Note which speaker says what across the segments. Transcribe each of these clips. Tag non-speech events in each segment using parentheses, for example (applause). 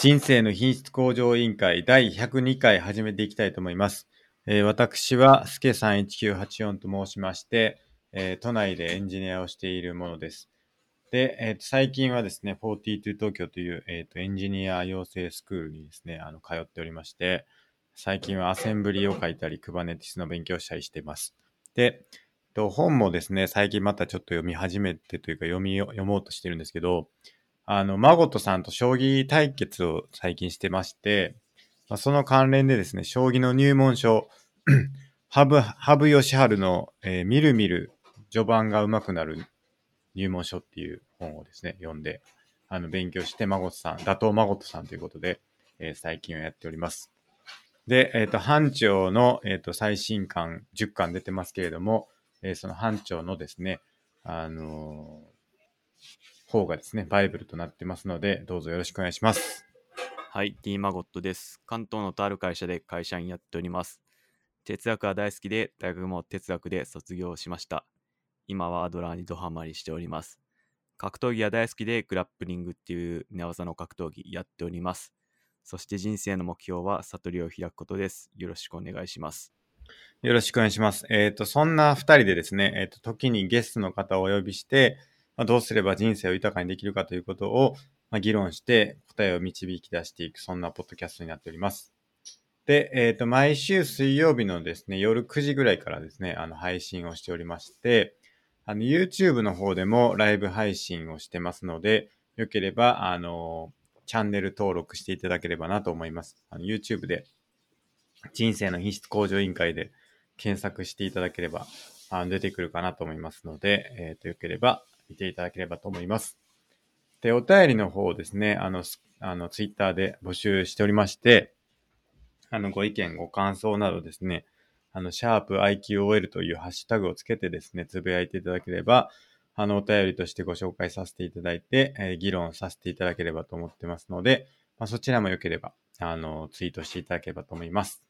Speaker 1: 人生の品質向上委員会第102回始めていきたいと思います。えー私は、すけさん1984と申しまして、えー都内でエンジニアをしているものです。で、えーと最近はですね、42東京という、えーとエンジニア養成スクールにですね、あの通っておりまして、最近はアセンブリを書いたり、クバネティスの勉強をしたりしています。で、えっと本もですね、最近またちょっと読み始めてというか、読みよ、読もうとしてるんですけど、あの、マゴトさんと将棋対決を最近してまして、まあ、その関連でですね、将棋の入門書、 (clears throat) ハブ、ハブヨシハルの、えーみるみる序盤が上手くなる入門書っていう本をですね、読んで、あの、勉強して、マゴトさん、打倒マゴトさんということで、えー最近はやっております。で、えっ、と、班長の、えっ、と、最新刊、10巻出てますけれども、えーその班長のですね、あのー方がですね、バイブルとなってますので、どうぞよろしくお願いします。
Speaker 2: はい、D マゴットです。関東のとある会社で会社員やっております。哲学は大好きで、大学も哲学で卒業しました。今はアドラーにドハマりしております。格闘技は大好きで、グラップリングっていう寝技の格闘技やっております。そして人生の目標は悟りを開くことです。よろしくお願いします。
Speaker 1: よろしくお願いします。えっ、と、そんな二人でですね、えっ、と、時にゲストの方をお呼びして、まあ、どうすれば人生を豊かにできるかということを、まあ、議論して答えを導き出していく、そんなポッドキャストになっております。で、えっ、と、毎週水曜日のですね、夜9時ぐらいからですね、あの、配信をしておりまして、あの、YouTube の方でもライブ配信をしてますので、よければ、あのチャンネル登録していただければなと思います。あの YouTube で、人生の品質向上委員会で検索していただければ、あの出てくるかなと思いますので、えっ、と、よければ見ていただければと思います。で、お便りの方ですね、あの、すあの、ツイッターで募集しておりまして、あの、ご意見、ご感想などですね、あの、シャープ i q o l というハッシュタグをつけてですね、つぶやいていただければ、あの、お便りとしてご紹介させていただいて、えー議論させていただければと思ってますので、まあ、そちらも良ければ、あの、ツイートしていただければと思います。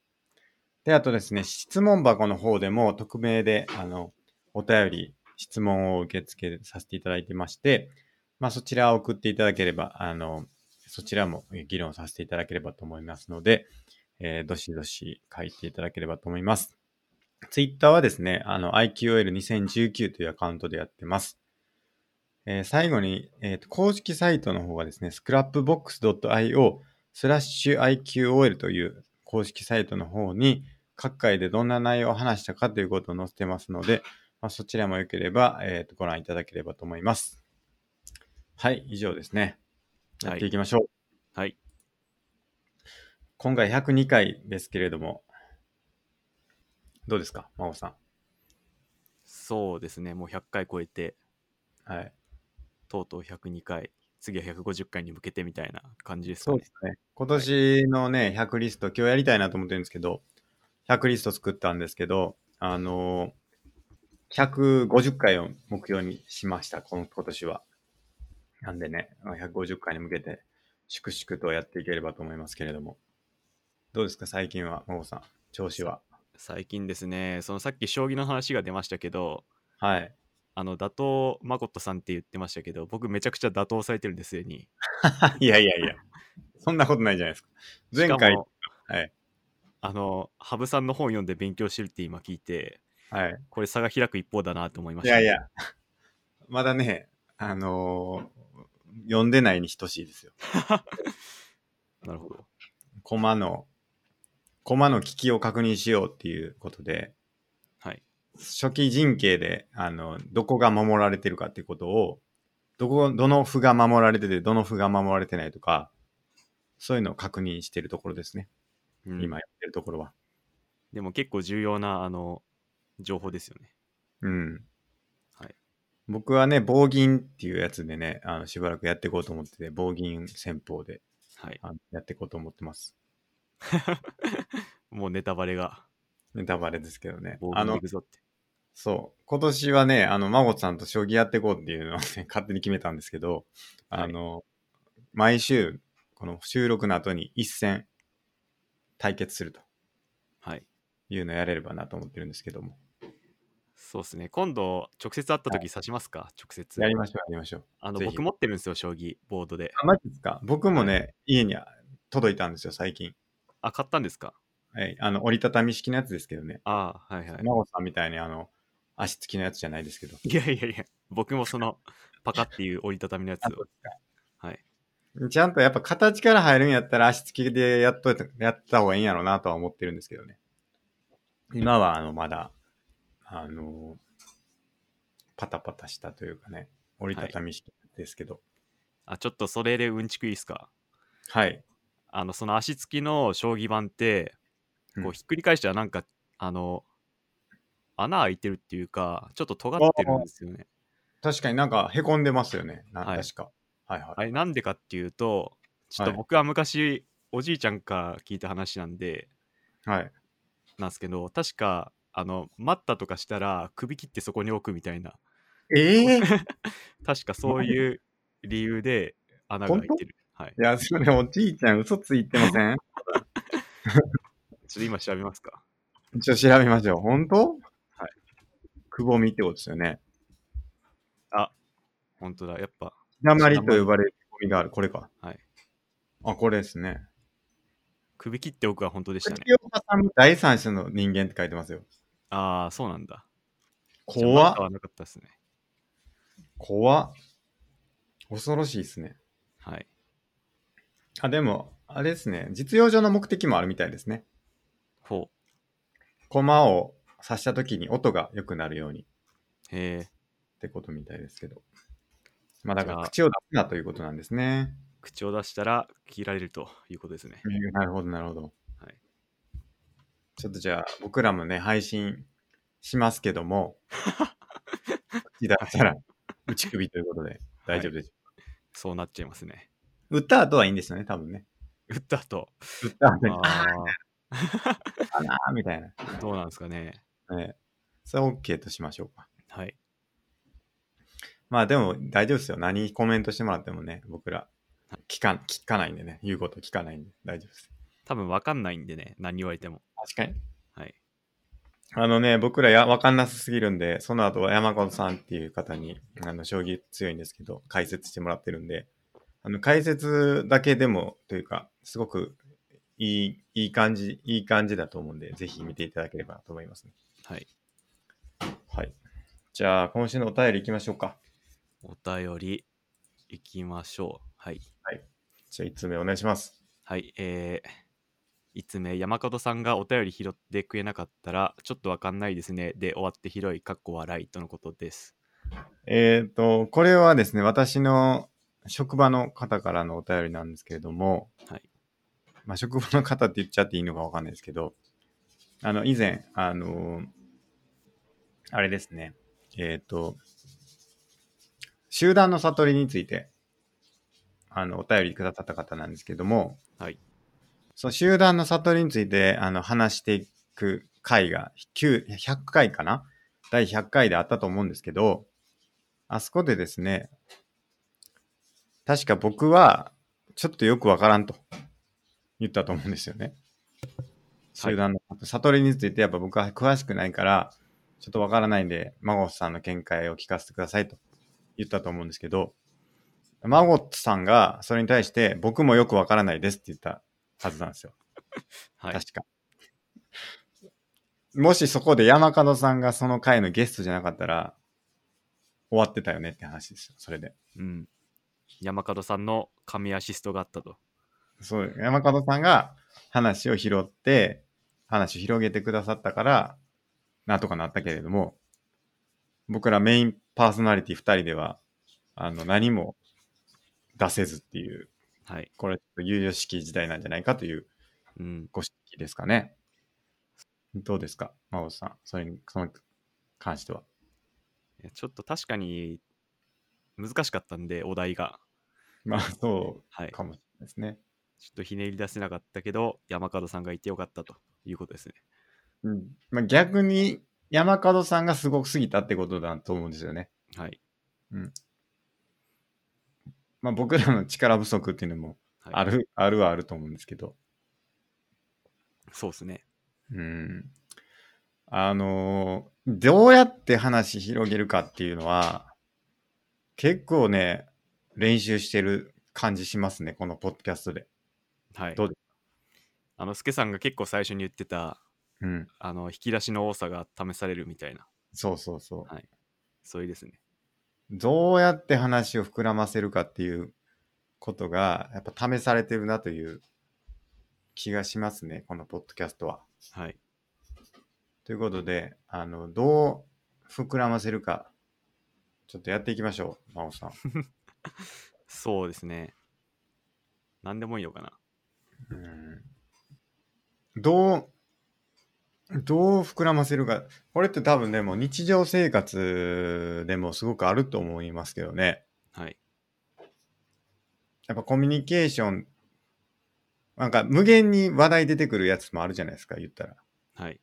Speaker 1: で、あとですね、質問箱の方でも、匿名で、あの、お便り、質問を受け付けさせていただいてまして、まあ、そちらを送っていただければ、あの、そちらもえー議論させていただければと思いますので、えーどしどし書いていただければと思います。ツイッターはですね、あの、IQL2019 というアカウントでやってます。えー最後に、えーと公式サイトの方がですね、scrapbox.io スラッシュ IQOL という公式サイトの方に、各回でどんな内容を話したかということを載せてますので、まあ、そちらも良ければ、えーとご覧いただければと思います。はい、以上ですね。やっていきましょう。
Speaker 2: はい。
Speaker 1: 今回102回ですけれども、どうですか、真帆さ
Speaker 2: そうですね、もう100回超えて、
Speaker 1: ん。はい。
Speaker 2: とうとう102回、次は150回に向けてみたいな感じです
Speaker 1: そ
Speaker 2: か
Speaker 1: う
Speaker 2: ね
Speaker 1: で。すね。今年のね、100リスト、今日やりたいなと思ってるんですけど、100リスト作ったんですけど、あのー、150回を目標にしました、この今年は。なんでね、150回に向けて、粛々とやっていければと思いますけれども。どうですか、最近は、真帆さん。調子は。
Speaker 2: 最近ですね、そのさっき将棋の話が出ましたけど、
Speaker 1: はい。 (laughs)
Speaker 2: あの打倒マコットさんって言ってましたけど僕めちゃくちゃ打倒されてるんですよに
Speaker 1: いやいやいや、そんなことないじゃないですか。前
Speaker 2: しか
Speaker 1: 回、
Speaker 2: も
Speaker 1: はい
Speaker 2: あの羽生さんの本読んで勉強してるって今聞いて
Speaker 1: はい。
Speaker 2: これ差が開く一方だなと思いま
Speaker 1: い
Speaker 2: した
Speaker 1: やいや、まだね、あのー読んでないに等しいですよ。
Speaker 2: なるほど
Speaker 1: 駒の、駒の利きを確認しようっていうことで、
Speaker 2: はい
Speaker 1: 初期陣形で、あの、どこが守られてるかっていうことを、どこ、どの歩が守られてて、どの歩が守られてないとか、そういうのを確認してるところですね。
Speaker 2: うん
Speaker 1: 今やってるところは。
Speaker 2: でも結構重要なあの情報ですよね
Speaker 1: うん。
Speaker 2: はい
Speaker 1: 僕はね、棒銀っていうやつでね、あのしばらくやっていこうと思ってて、棒銀戦法で
Speaker 2: はい
Speaker 1: あのやっていこうと思ってます。
Speaker 2: (laughs) もうネタバレが
Speaker 1: ネタバレですけどね。
Speaker 2: 棒
Speaker 1: あ
Speaker 2: 銀で
Speaker 1: の
Speaker 2: い、くぞって
Speaker 1: そう。今年はね、あの、孫さんと将棋やっていこうっていうのをね、 (laughs) 勝手に決めたんですけど、あの、毎週、この収録の後に一戦対決すると
Speaker 2: はい
Speaker 1: いうのをやれればなと思ってるんですけども。
Speaker 2: そうですね今度直接会った時指しますか、直接
Speaker 1: やりましょう、やりましょう。
Speaker 2: あの
Speaker 1: ぜひ
Speaker 2: 僕持ってるんですよ将棋ボードで
Speaker 1: あ、マジですか僕もね、家にあ届いたんですよ、最近。
Speaker 2: あ、買ったんですか
Speaker 1: はい。あの、折りたたみ式のやつですけどね。
Speaker 2: ああ、はいはい。
Speaker 1: 真帆さんみたいに、あの、足つきのやつじゃないですけど。
Speaker 2: いやいやいや、僕もその、パカっていう折りたたみのやつ
Speaker 1: あ
Speaker 2: を。はい。
Speaker 1: ちゃんとやっぱ形から入るんやったら足つきでやっといた、やった方がいいんやろうなとは思ってるんですけどね。今はあの、まだ、あの、パタパタしたというかね、折りたたみ式ですけど。
Speaker 2: あ、ちょっとそれでうんちくいいっすか
Speaker 1: はい。
Speaker 2: あの、その足つきの将棋盤って、
Speaker 1: う
Speaker 2: こ
Speaker 1: ん
Speaker 2: うひっくり返したらなんか、あの、穴開いてるっていうか、ちょっと尖ってるんですよね。
Speaker 1: 確かになんか凹んでますよね。な
Speaker 2: はい
Speaker 1: 確か。はいはい。
Speaker 2: あれなんでかっていうと、ちょっと
Speaker 1: はい
Speaker 2: 僕は昔、おじいちゃんから聞いた話なんで、
Speaker 1: はい。
Speaker 2: なんですけど、確か、あの、待ったとかしたら、首切ってそこに置くみたいな、
Speaker 1: ええー、い
Speaker 2: 確かそういう理由で穴が開いてる。はい。
Speaker 1: や、それおじいちゃん嘘ついてません
Speaker 2: ちょっと今調べますか。
Speaker 1: ちょっと調べましょう。本当はい。くぼみってことですよね。
Speaker 2: 本当だ、やっぱ、
Speaker 1: 鉛と呼ばれるくぼみがある。これか。
Speaker 2: はい。
Speaker 1: あ、これですね。
Speaker 2: 首切っておくは本当でしたね。
Speaker 1: 口を挟む第三者の人間って書いてますよ。
Speaker 2: ああ、そうなんだ。
Speaker 1: 怖
Speaker 2: っ
Speaker 1: っ。
Speaker 2: はなかったですね。
Speaker 1: 怖っ。恐ろしいですね。
Speaker 2: はい。
Speaker 1: あ、でも、あれですね。実用上の目的もあるみたいですね。
Speaker 2: ほう。
Speaker 1: 駒を刺した時に音が良くなるようにっ
Speaker 2: へえ、
Speaker 1: てことみたいですけど。まあだか
Speaker 2: じゃ
Speaker 1: ら
Speaker 2: あ
Speaker 1: 口を出すなということなんですね。
Speaker 2: 口を出したら切られるということですね。
Speaker 1: うんなるほど、なるほど。
Speaker 2: はい
Speaker 1: ちょっとじゃあ、僕らもね、配信しますけど
Speaker 2: (laughs)
Speaker 1: も、口出したら、打ち首ということで、大丈夫です。
Speaker 2: そうなっちゃいますね。 (laughs)
Speaker 1: 打った後はいいんですよね、多分ね。
Speaker 2: 打った後、
Speaker 1: 打った後に、あ
Speaker 2: あ
Speaker 1: あなーみたいな。
Speaker 2: あ、どうなんですかね。
Speaker 1: ね、それは OK としましょうか。
Speaker 2: はい。
Speaker 1: まあでも大丈夫ですよ。何コメントしてもらってもね、僕ら聞か聞かないんでね、言うこと聞かないんで大丈夫です。
Speaker 2: 多分わかんないんでね、何言われても。
Speaker 1: 確かに。
Speaker 2: はい。
Speaker 1: あのね、僕らや分かんなさすぎるんで、その後は山本さんっていう方に、あの、将棋強いんですけど、解説してもらってるんで、あの、解説だけでも、というか、すごくいい、いい感じ、いい感じだと思うんで、ぜひ見ていただければと思いますね。
Speaker 2: はい。
Speaker 1: はい。じゃあ、今週のお便り行きましょうか。
Speaker 2: お便り、いきましょう。はい。
Speaker 1: じゃあ、1つ目お願いします。
Speaker 2: はい。えー、いつめ、山門さんがお便り拾ってくれなかったら、ちょっとわかんないですね。で、終わって広い、かっこ笑いとのことです。
Speaker 1: えっ、と、これはですね、私の職場の方からのお便りなんですけれども、
Speaker 2: はい
Speaker 1: まあ、職場の方って言っちゃっていいのかわかんないですけど、あの、以前、あのあれですね、えっ、と、集団の悟りについて、あの、お便りくださった方なんですけども、
Speaker 2: はい。
Speaker 1: その集団の悟りについて、あの、話していく回が、9 100回かな第100回であったと思うんですけど、あそこでですね、確か僕は、ちょっとよくわからんと言ったと思うんですよね。集団の、悟りについてやっぱ僕は詳しくないから、ちょっとわからないんで、マゴットさんの見解を聞かせてくださいと言ったと思うんですけど、マゴットさんがそれに対して、僕もよくわからないですって言ったはずなんですよ。
Speaker 2: はい。
Speaker 1: 確か。もしそこで山門さんがその回のゲストじゃなかったら、終わってたよねって話ですよ、それで。
Speaker 2: うん。山門さんの神アシストがあったと。
Speaker 1: そう、山門さんが話を拾って、話を広げてくださったから、なんとかなったけれども、僕らメインパーソナリティ2人では、あの、何も出せずっていう、
Speaker 2: はい。
Speaker 1: これ、有々しき時代なんじゃないかという
Speaker 2: うん。
Speaker 1: ご指摘ですかね。どうですか、真帆さん。それに、その関しては。
Speaker 2: いやちょっと確かに難しかったんで、お題が。
Speaker 1: まあ、そ
Speaker 2: は
Speaker 1: う
Speaker 2: い。ちょ
Speaker 1: かもしれないですね。
Speaker 2: っとひねり出せなかったけど、山門さんがいてよかったということですね。
Speaker 1: うん。まあ、逆に、山門さんがすごすぎたってことだと思うんですよね。
Speaker 2: はい。
Speaker 1: まあ、僕らの力不足っていうのも
Speaker 2: はい、
Speaker 1: ある、あるはあると思うんですけど。
Speaker 2: そうですね。
Speaker 1: うん。あのーどうやって話広げるかっていうのは、結構ね、練習してる感じしますね、このポッドキャストで。
Speaker 2: はい
Speaker 1: どうで。
Speaker 2: あの、スケさんが結構最初に言ってた、
Speaker 1: うん。
Speaker 2: あの、引き出しの多さが試されるみたいな、
Speaker 1: そうそうそう。
Speaker 2: はいそういうですね。
Speaker 1: どうやって話を膨らませるかっていうことが、やっぱ試されてるなという気がしますね、このポッドキャストは。
Speaker 2: はい。
Speaker 1: ということで、あの、どう膨らませるか、ちょっとやっていきましょう、真央さん。
Speaker 2: そうですね。何でもいいのかな。
Speaker 1: うんどう、どう膨らませるか。これって多分ね、もう日常生活でもすごくあると思いますけどね。
Speaker 2: はい。
Speaker 1: やっぱコミュニケーション、なんか無限に話題出てくるやつもあるじゃないですか、言ったら。
Speaker 2: はい。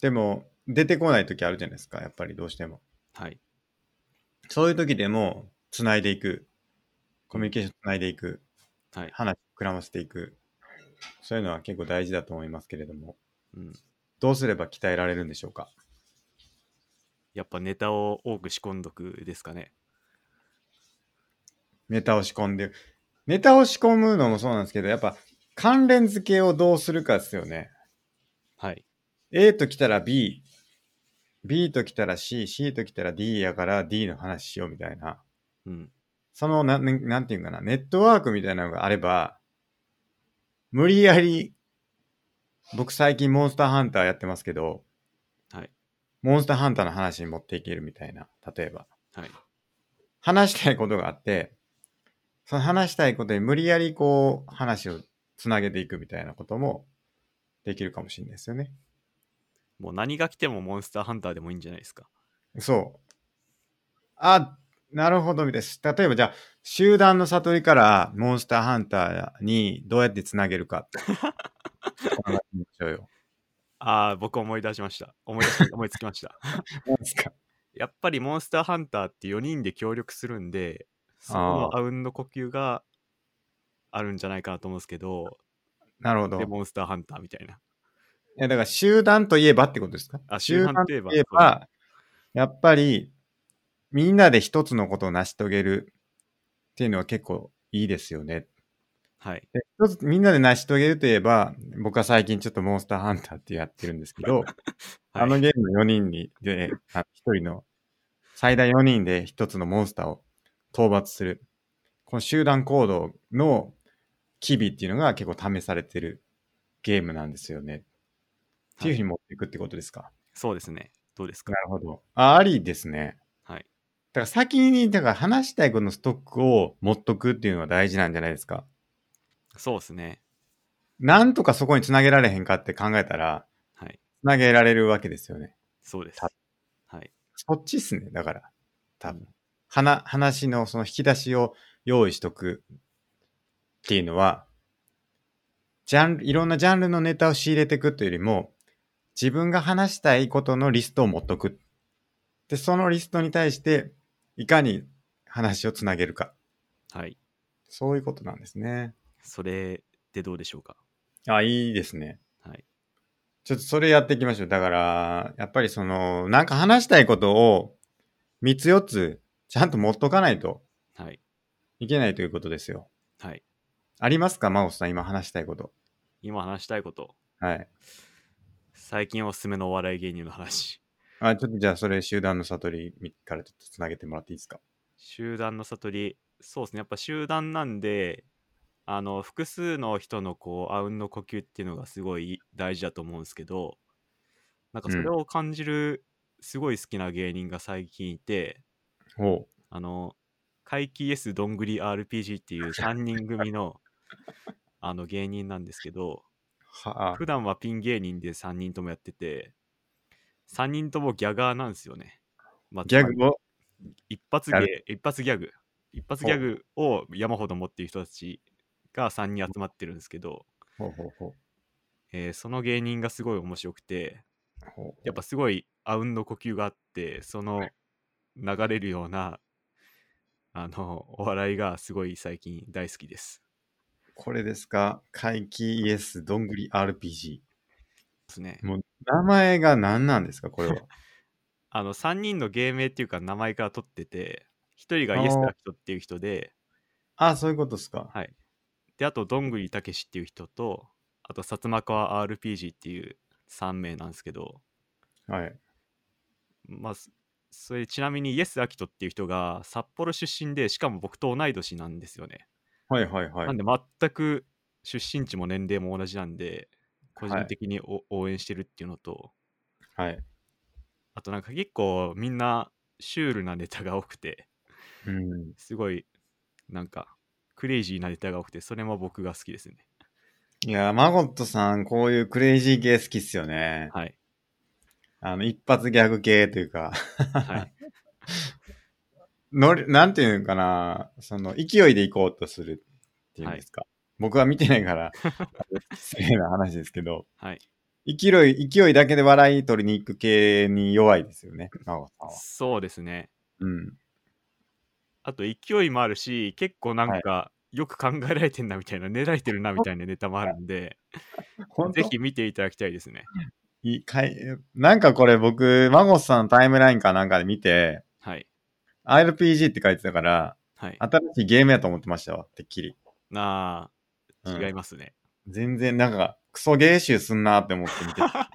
Speaker 1: でも、出てこない時あるじゃないですか、やっぱりどうしても。
Speaker 2: はい。
Speaker 1: そういう時でも、つないでいく。コミュニケーションつないでいく。
Speaker 2: はい。
Speaker 1: 話膨らませていく。そういうのは結構大事だと思いますけれども、
Speaker 2: うん。
Speaker 1: どうすれば鍛えられるんでしょうか
Speaker 2: やっぱネタを多く仕込んどくですかね。
Speaker 1: ネタを仕込んで、ネタを仕込むのもそうなんですけど、やっぱ関連付けをどうするかですよね。
Speaker 2: はい。
Speaker 1: A と来たら B、B と来たら C、C と来たら D やから D の話しようみたいな。
Speaker 2: うん。
Speaker 1: そのな、なんなんていうんかな、ネットワークみたいなのがあれば、無理やり、僕最近モンスターハンターやってますけど、
Speaker 2: はい。
Speaker 1: モンスターハンターの話に持っていけるみたいな、例えば。
Speaker 2: はい。
Speaker 1: 話したいことがあって、その話したいことに無理やりこう話をつなげていくみたいなこともできるかもしれないですよね。
Speaker 2: もう何が来てもモンスターハンターでもいいんじゃないですか。
Speaker 1: そう。あ、なるほど、みたいです。例えばじゃあ、集団の悟りからモンスターハンターにどうやってつなげるか。考えてみましょうよ。
Speaker 2: ああ、僕思い出しました。思い出
Speaker 1: (laughs)
Speaker 2: し思いつきました。
Speaker 1: 何ですか
Speaker 2: やっぱりモンスターハンターって4人で協力するんで、そこ
Speaker 1: あ
Speaker 2: の
Speaker 1: ー
Speaker 2: あうんの呼吸があるんじゃないかなと思うんですけど、
Speaker 1: なるほど。
Speaker 2: で
Speaker 1: い
Speaker 2: モンスターハンターみたいな。
Speaker 1: や、だから集団といえばってことですか
Speaker 2: あ集団といえば
Speaker 1: 集団といえばやっぱり、みんなで一つのことを成し遂げるっていうのは結構いいですよね。
Speaker 2: はい。
Speaker 1: で一つみんなで成し遂げるといえば、僕は最近ちょっとモンスターハンターってやってるんですけど、
Speaker 2: はい、
Speaker 1: あのゲームの4人に、で、あ1人の、最大4人で1つのモンスターを討伐する。この集団行動の機微っていうのが結構試されてるゲームなんですよね。っていうふうに持っていくってことですか。
Speaker 2: そうですね。どうですか
Speaker 1: なるほど。あ、ありですね。
Speaker 2: はい。
Speaker 1: だから先に、だから話したいことのストックを持っとくっていうのは大事なんじゃないですか。
Speaker 2: そうですね。
Speaker 1: なんとかそこにつなげられへんかって考えたら、
Speaker 2: はい。
Speaker 1: つなげられるわけですよね。
Speaker 2: そうです。
Speaker 1: た
Speaker 2: はい。
Speaker 1: そっちっすね、だから。多分。はな、話のその引き出しを用意しとくっていうのは、ジャンル、いろんなジャンルのネタを仕入れていくというよりも、自分が話したいことのリストを持っとく。で、そのリストに対して、いかに話をつなげるか。
Speaker 2: はい。
Speaker 1: そういうことなんですね。
Speaker 2: それでどうでしょうか
Speaker 1: あ、いいですね。
Speaker 2: はい。
Speaker 1: ちょっとそれやっていきましょう。だから、やっぱりその、なんか話したいことを、3つ4つ、ちゃんと持っとかないと
Speaker 2: はい。
Speaker 1: いけないということですよ。
Speaker 2: はい。
Speaker 1: ありますか真央さん、今話したいこと。
Speaker 2: 今話したいこと。
Speaker 1: はい。
Speaker 2: 最近おすすめのお笑い芸人の話。
Speaker 1: あ、ちょっとじゃあ、それ、集団の悟りからちょっとつなげてもらっていいですか
Speaker 2: 集団の悟り。そうですね。やっぱ集団なんで、あの、複数の人のこう、あうんの呼吸っていうのがすごい大事だと思うんですけど、なんかそれを感じる、すごい好きな芸人が最近いて、
Speaker 1: おう。
Speaker 2: あの、怪奇 S どんぐり RPG っていう3人
Speaker 1: (laughs)
Speaker 2: 組の、あの芸人なんですけど、
Speaker 1: はあ、
Speaker 2: 普段はピン芸人で3人ともやってて、3人ともギャガーなんですよね。まあ
Speaker 1: ギャグを、
Speaker 2: 一発
Speaker 1: や
Speaker 2: 芸、一発ギャグ、一発ギャグを山ほど持っている人たちが3人集まってるんですけど、
Speaker 1: ほうほうほう。
Speaker 2: えーその芸人がすごい面白くて、
Speaker 1: ほう
Speaker 2: やっぱすごいあうんの呼吸があって、その流れるような、あの、お笑いがすごい最近大好きです。
Speaker 1: これですか怪奇イエスどんぐり RPG。
Speaker 2: ですね。
Speaker 1: 名前が何なんですかこ (laughs) れは。
Speaker 2: あの、3人の芸名っていうか名前から取ってて、1人が
Speaker 1: あー
Speaker 2: イエス・ラキトっていう人で、
Speaker 1: あ、そういうことですか
Speaker 2: はい。であとどんぐりたけしっていう人とあと薩摩川 RPG っていう3名なんですけど
Speaker 1: はい。
Speaker 2: まあそそれちなみにイエス・アキトっていう人が札幌出身でしかも僕と同い年なんですよね、
Speaker 1: はいはいはい。
Speaker 2: なんで全く出身地も年齢も同じなんで個
Speaker 1: は
Speaker 2: 人
Speaker 1: い
Speaker 2: 的にお応援してるっていうのと
Speaker 1: はい。
Speaker 2: あとなんか結構みんなシュールなネタが多くて
Speaker 1: うん。
Speaker 2: すごいなんかクレイジーなネタが多くてそれも僕が好きですね
Speaker 1: いやー、マゴットさん、こういうクレイジー系好きっすよね。
Speaker 2: はい
Speaker 1: あの、一発ギャグ系というか、 (laughs)
Speaker 2: はい
Speaker 1: のり、なんていうのかな、その、勢いで行こうとするっていうんですか。僕は見てない
Speaker 2: (laughs)
Speaker 1: から、失礼な話ですけど、
Speaker 2: はい
Speaker 1: 勢い、勢いだけで笑い取りに行く系に弱いですよね、マゴットさんは。
Speaker 2: そうですね
Speaker 1: うん。
Speaker 2: あと勢いもあるし結構なんか、よく考えられてんなみたいな、練られてるなみたいなネタもあるんで、
Speaker 1: 本当
Speaker 2: ぜひ見ていただきたいですね。
Speaker 1: いいかいなんかこれ僕、マゴットさんのタイムラインかなんかで見て、
Speaker 2: はい。
Speaker 1: RPG って書いてたから、
Speaker 2: はい。
Speaker 1: 新しいゲームやと思ってましたわ、てっきり。
Speaker 2: なあ、
Speaker 1: うん
Speaker 2: 違いますね。
Speaker 1: 全然なんか、クソゲー集すんなって思って見てた。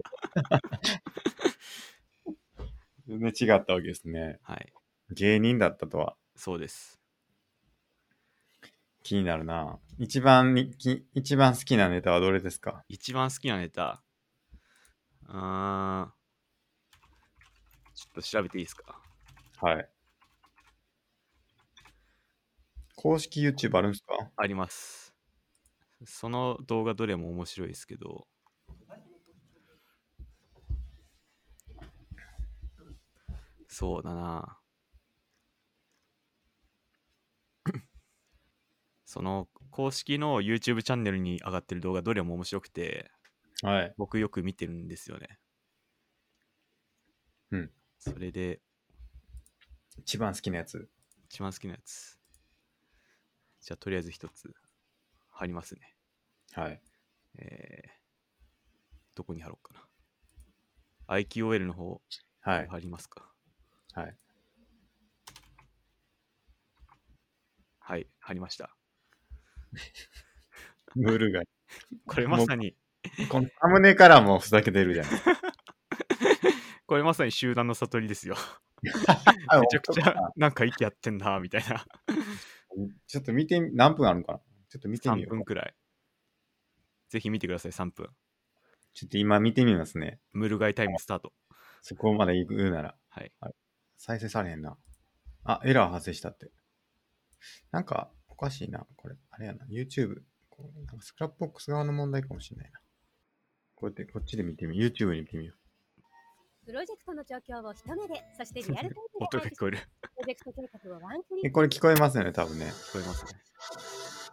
Speaker 1: 全然違ったわけですね。
Speaker 2: はい。
Speaker 1: 芸人だったとは
Speaker 2: そうです。
Speaker 1: 気になるな。一番にき、一番好きなネタはどれですか
Speaker 2: 一番好きなネタ。うーん。ちょっと調べていいですか。
Speaker 1: はい。公式 YouTube あるんですか
Speaker 2: あります。その動画どれも面白いですけど。そうだな。 (coughs) その公式の YouTube チャンネルに上がってる動画どれも面白くて、
Speaker 1: はい。
Speaker 2: 僕よく見てるんですよね。
Speaker 1: うん。
Speaker 2: それで、
Speaker 1: 一番好きなやつ。
Speaker 2: 一番好きなやつ。じゃあ、とりあえず一つ、貼りますね。
Speaker 1: はい。
Speaker 2: えーどこに貼ろうかな。IQL の方、
Speaker 1: (laughs) はい。
Speaker 2: 貼りますか。
Speaker 1: はい。
Speaker 2: はい、貼りました。
Speaker 1: ムールが。
Speaker 2: これまさに、
Speaker 1: このサムネからもふざけてるじゃん。め
Speaker 2: これまさに集団の悟りですよ。
Speaker 1: (laughs)
Speaker 2: めちゃくちゃ、なんか息合ってんな、みたいな。
Speaker 1: ちょっと見てみ、何分あるのかなちょっと見てみ
Speaker 2: 3
Speaker 1: よう
Speaker 2: 分。くらい。ぜひ見てください、3分。
Speaker 1: ちょっと今見てみますね。
Speaker 2: ムルガイタイムスタート。
Speaker 1: そこまで行くなら。
Speaker 2: はい。
Speaker 1: 再生されへんな。あ、エラー発生したって。なんか、おかしいな。これ、あれやな。YouTube。こうなんかスクラップボックス側の問題かもしれないな。こうやって、こっちで見てみよう。YouTube で見てみよ
Speaker 3: プロジェクトの状況を一目で、そしてリアルタイム
Speaker 2: (laughs) 音が聞
Speaker 3: で把握し
Speaker 2: こえる。
Speaker 3: プロジェクト計画をワンク
Speaker 1: う。
Speaker 3: リ
Speaker 1: え、
Speaker 3: ック
Speaker 1: これ聞こえますよね、多分ね。
Speaker 2: 聞こえます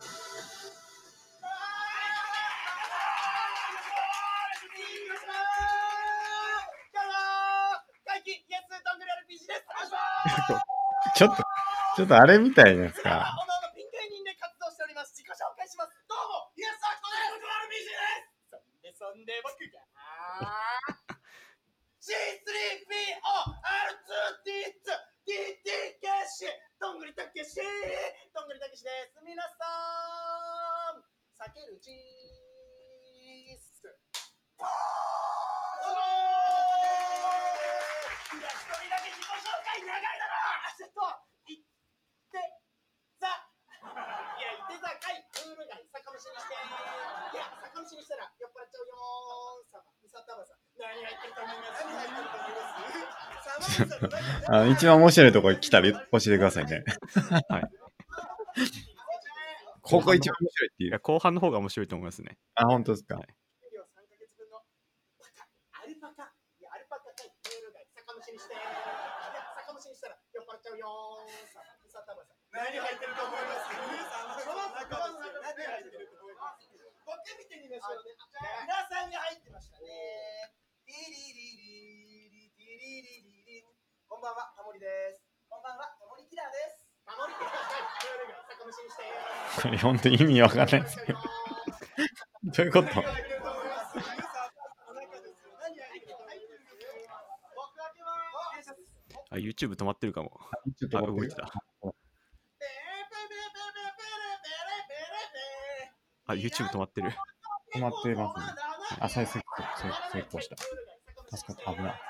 Speaker 2: ね。
Speaker 1: ちょっと、ちょっとあれみたいじゃないですか。
Speaker 4: おのおのピン芸人で活動しております。自己紹介します。どうも、イエスアクトです。そんでそんで僕が C3POR2D2 DT ケッシュどんぐりたけしどんぐりたけしです。皆さん、避けるチーズ。どうもいや一人だけ自己紹介長いだろちょっと、いって、ザいや、いて座かい、ムール貝、酒蒸しにして。いや、酒蒸しにしたら酔っ払っちゃうよーん。さま、みさたまさん、何入ってると思います何入ってると思います
Speaker 1: あの一番面白いとこ来たら教えてくださいね。
Speaker 2: はい。
Speaker 1: ここ一番面白いってい
Speaker 2: いうや、。後半の方が面白いと思いますね。
Speaker 1: あ、本当ですか。
Speaker 4: 給料3ヶ月分のバカアルパカいやアルパカ対ムール貝酒蒸しにしていや酒蒸しにしたら酔っ払っちゃうよーんさあさたまさん何入ってると思いますその中の中何入ってると思いますボケ見てみましょうね皆さんが入ってましたねリリリリリリリリリリこんばんはタモリですこんばんはタモリキラーですタモリキラームール貝酒蒸しにして
Speaker 1: これ本当に意味わかんないです。
Speaker 4: 酔っ
Speaker 1: どういう
Speaker 4: 払っちゃうよーん
Speaker 1: こと (laughs)
Speaker 2: あ、YouTube 止まってるかも。
Speaker 1: ちょっと
Speaker 2: あ、動
Speaker 1: 待
Speaker 2: い
Speaker 1: って
Speaker 2: てた。あ、YouTube 止まってる。
Speaker 1: 止まってますね。浅いセット成成功した。助かった危ない。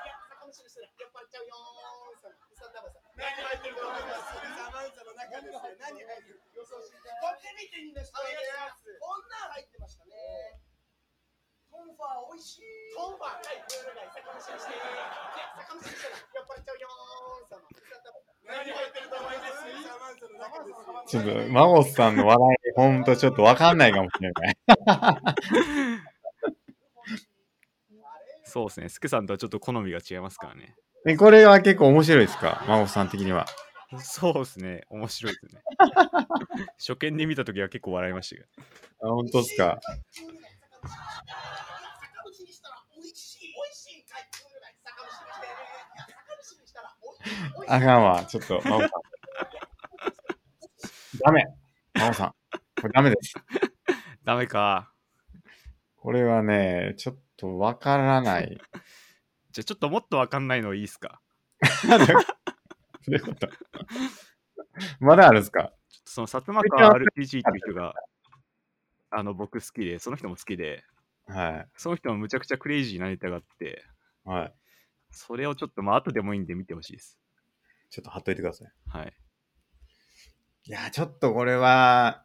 Speaker 1: ちょっと、マゴスさんの笑い、ほんとちょっとわかんないかもしれない。
Speaker 2: そうですね。スケさんとはちょっと好みが違いますからね。
Speaker 1: えこれは結構面白いですかマゴスさん的には。
Speaker 2: そうですね。面白いですね。初見で見たときは結構笑いましたけど。
Speaker 1: あ、本当ですか。あかんわ。ちょっと、マゴさん。ダメ。マゴさん。これダメです。
Speaker 2: ダメか。
Speaker 1: これはね、ちょっとわからない。
Speaker 2: じゃあちょっともっとわかんないのいいっすか。
Speaker 1: どういうことまだあるんですか
Speaker 2: ちょっとその薩摩川 RPG っていう人が、あの、僕好きで、その人も好きで、
Speaker 1: は
Speaker 2: その人もむちゃくちゃクレイジーなネタがあって、
Speaker 1: い。はい。
Speaker 2: それをちょっとまあ後でもいいんで見てほしいです。
Speaker 1: ちょっと貼っといてください。
Speaker 2: はい。
Speaker 1: いや、ちょっとこれは、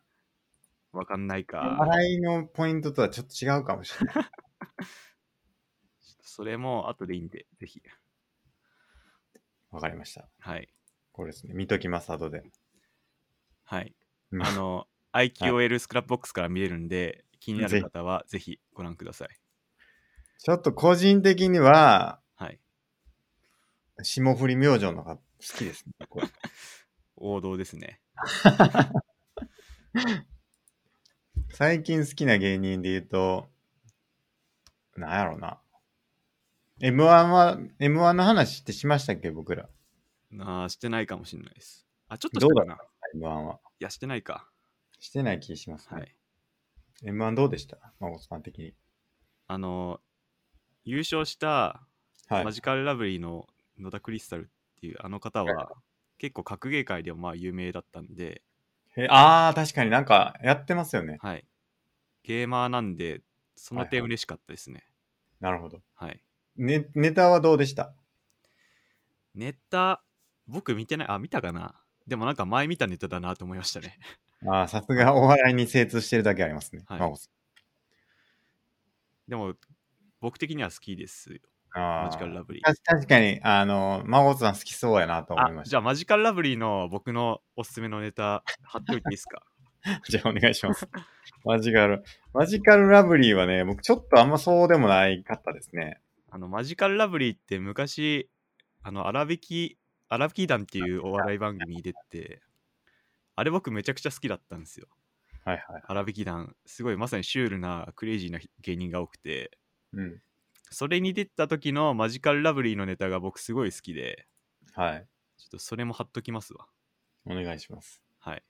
Speaker 2: わかんないか。
Speaker 1: 笑いのポイントとはちょっと違うかもしれない。
Speaker 2: それも後でいいんで、ぜひ。
Speaker 1: わかりました。
Speaker 2: はい。
Speaker 1: これですね。見ときます、後で。
Speaker 2: はい。
Speaker 1: うん
Speaker 2: あの、IQL スクラップボックスから見れるんで、気になる方はぜひご覧ください。
Speaker 1: ちょっと個人的には、
Speaker 2: はい。
Speaker 1: 霜降り明星の方が好きですね。これ
Speaker 2: 王道ですね。
Speaker 1: 最近好きな芸人で言うと、なんやろうな。M1 は、M1 の話ってしましたっけ僕ら。
Speaker 2: なあ、してないかもしれないです。あ、ちょっと
Speaker 1: ど
Speaker 2: し
Speaker 1: う
Speaker 2: た
Speaker 1: だ
Speaker 2: かな。い
Speaker 1: M1 は。
Speaker 2: や、してないか。
Speaker 1: してない気しますね。
Speaker 2: はい。
Speaker 1: M1 どうでした孫さん的に。
Speaker 2: あの、優勝した
Speaker 1: はい
Speaker 2: マ。ジカルラブリーの野田クリスタルっていうあの方
Speaker 1: はい
Speaker 2: は、結構格ゲー界でもまあ有名だったんで、
Speaker 1: えあー、確かになんかやってますよね。
Speaker 2: はい。ゲーマーなんで、その
Speaker 1: はい
Speaker 2: 点
Speaker 1: はい
Speaker 2: 嬉しかったですね。
Speaker 1: なるほど。
Speaker 2: はい。
Speaker 1: ね、ネタはどうでした
Speaker 2: ネタ、僕見てない、あ、見たかなでもなんか前見たネタだなと思いましたね。 (laughs)
Speaker 1: ああ、さすがお笑いに精通してるだけありますね。
Speaker 2: はい
Speaker 1: 真帆さ
Speaker 2: でも、僕的には好きですよ。
Speaker 1: ん。ああ。
Speaker 2: マジカルラブリー。
Speaker 1: 確確かに、あの、孫さん好きそうやなと思い
Speaker 2: あ
Speaker 1: まし
Speaker 2: じゃあマジカルラブリーの僕のおすすめのネタ貼っておいていいですか (laughs)
Speaker 1: た。 (laughs) じゃあお願いします。マジカル。マジカルラブリーはね、僕ちょっとあんまそうでもないかったですね。
Speaker 2: あのマジカルラブリーって昔あの荒引き荒引き団っていうお笑い番組に出てあれ僕めちゃくちゃ好きだったんですよ
Speaker 1: はいはい。
Speaker 2: 荒引き団すごいまさにシュールなクレイジーな芸人が多くて
Speaker 1: うん。
Speaker 2: それに出てた時のマジカルラブリーのネタが僕すごい好きで
Speaker 1: はい。
Speaker 2: ちょっとそれも貼っときますわ
Speaker 1: お願いします。
Speaker 2: はい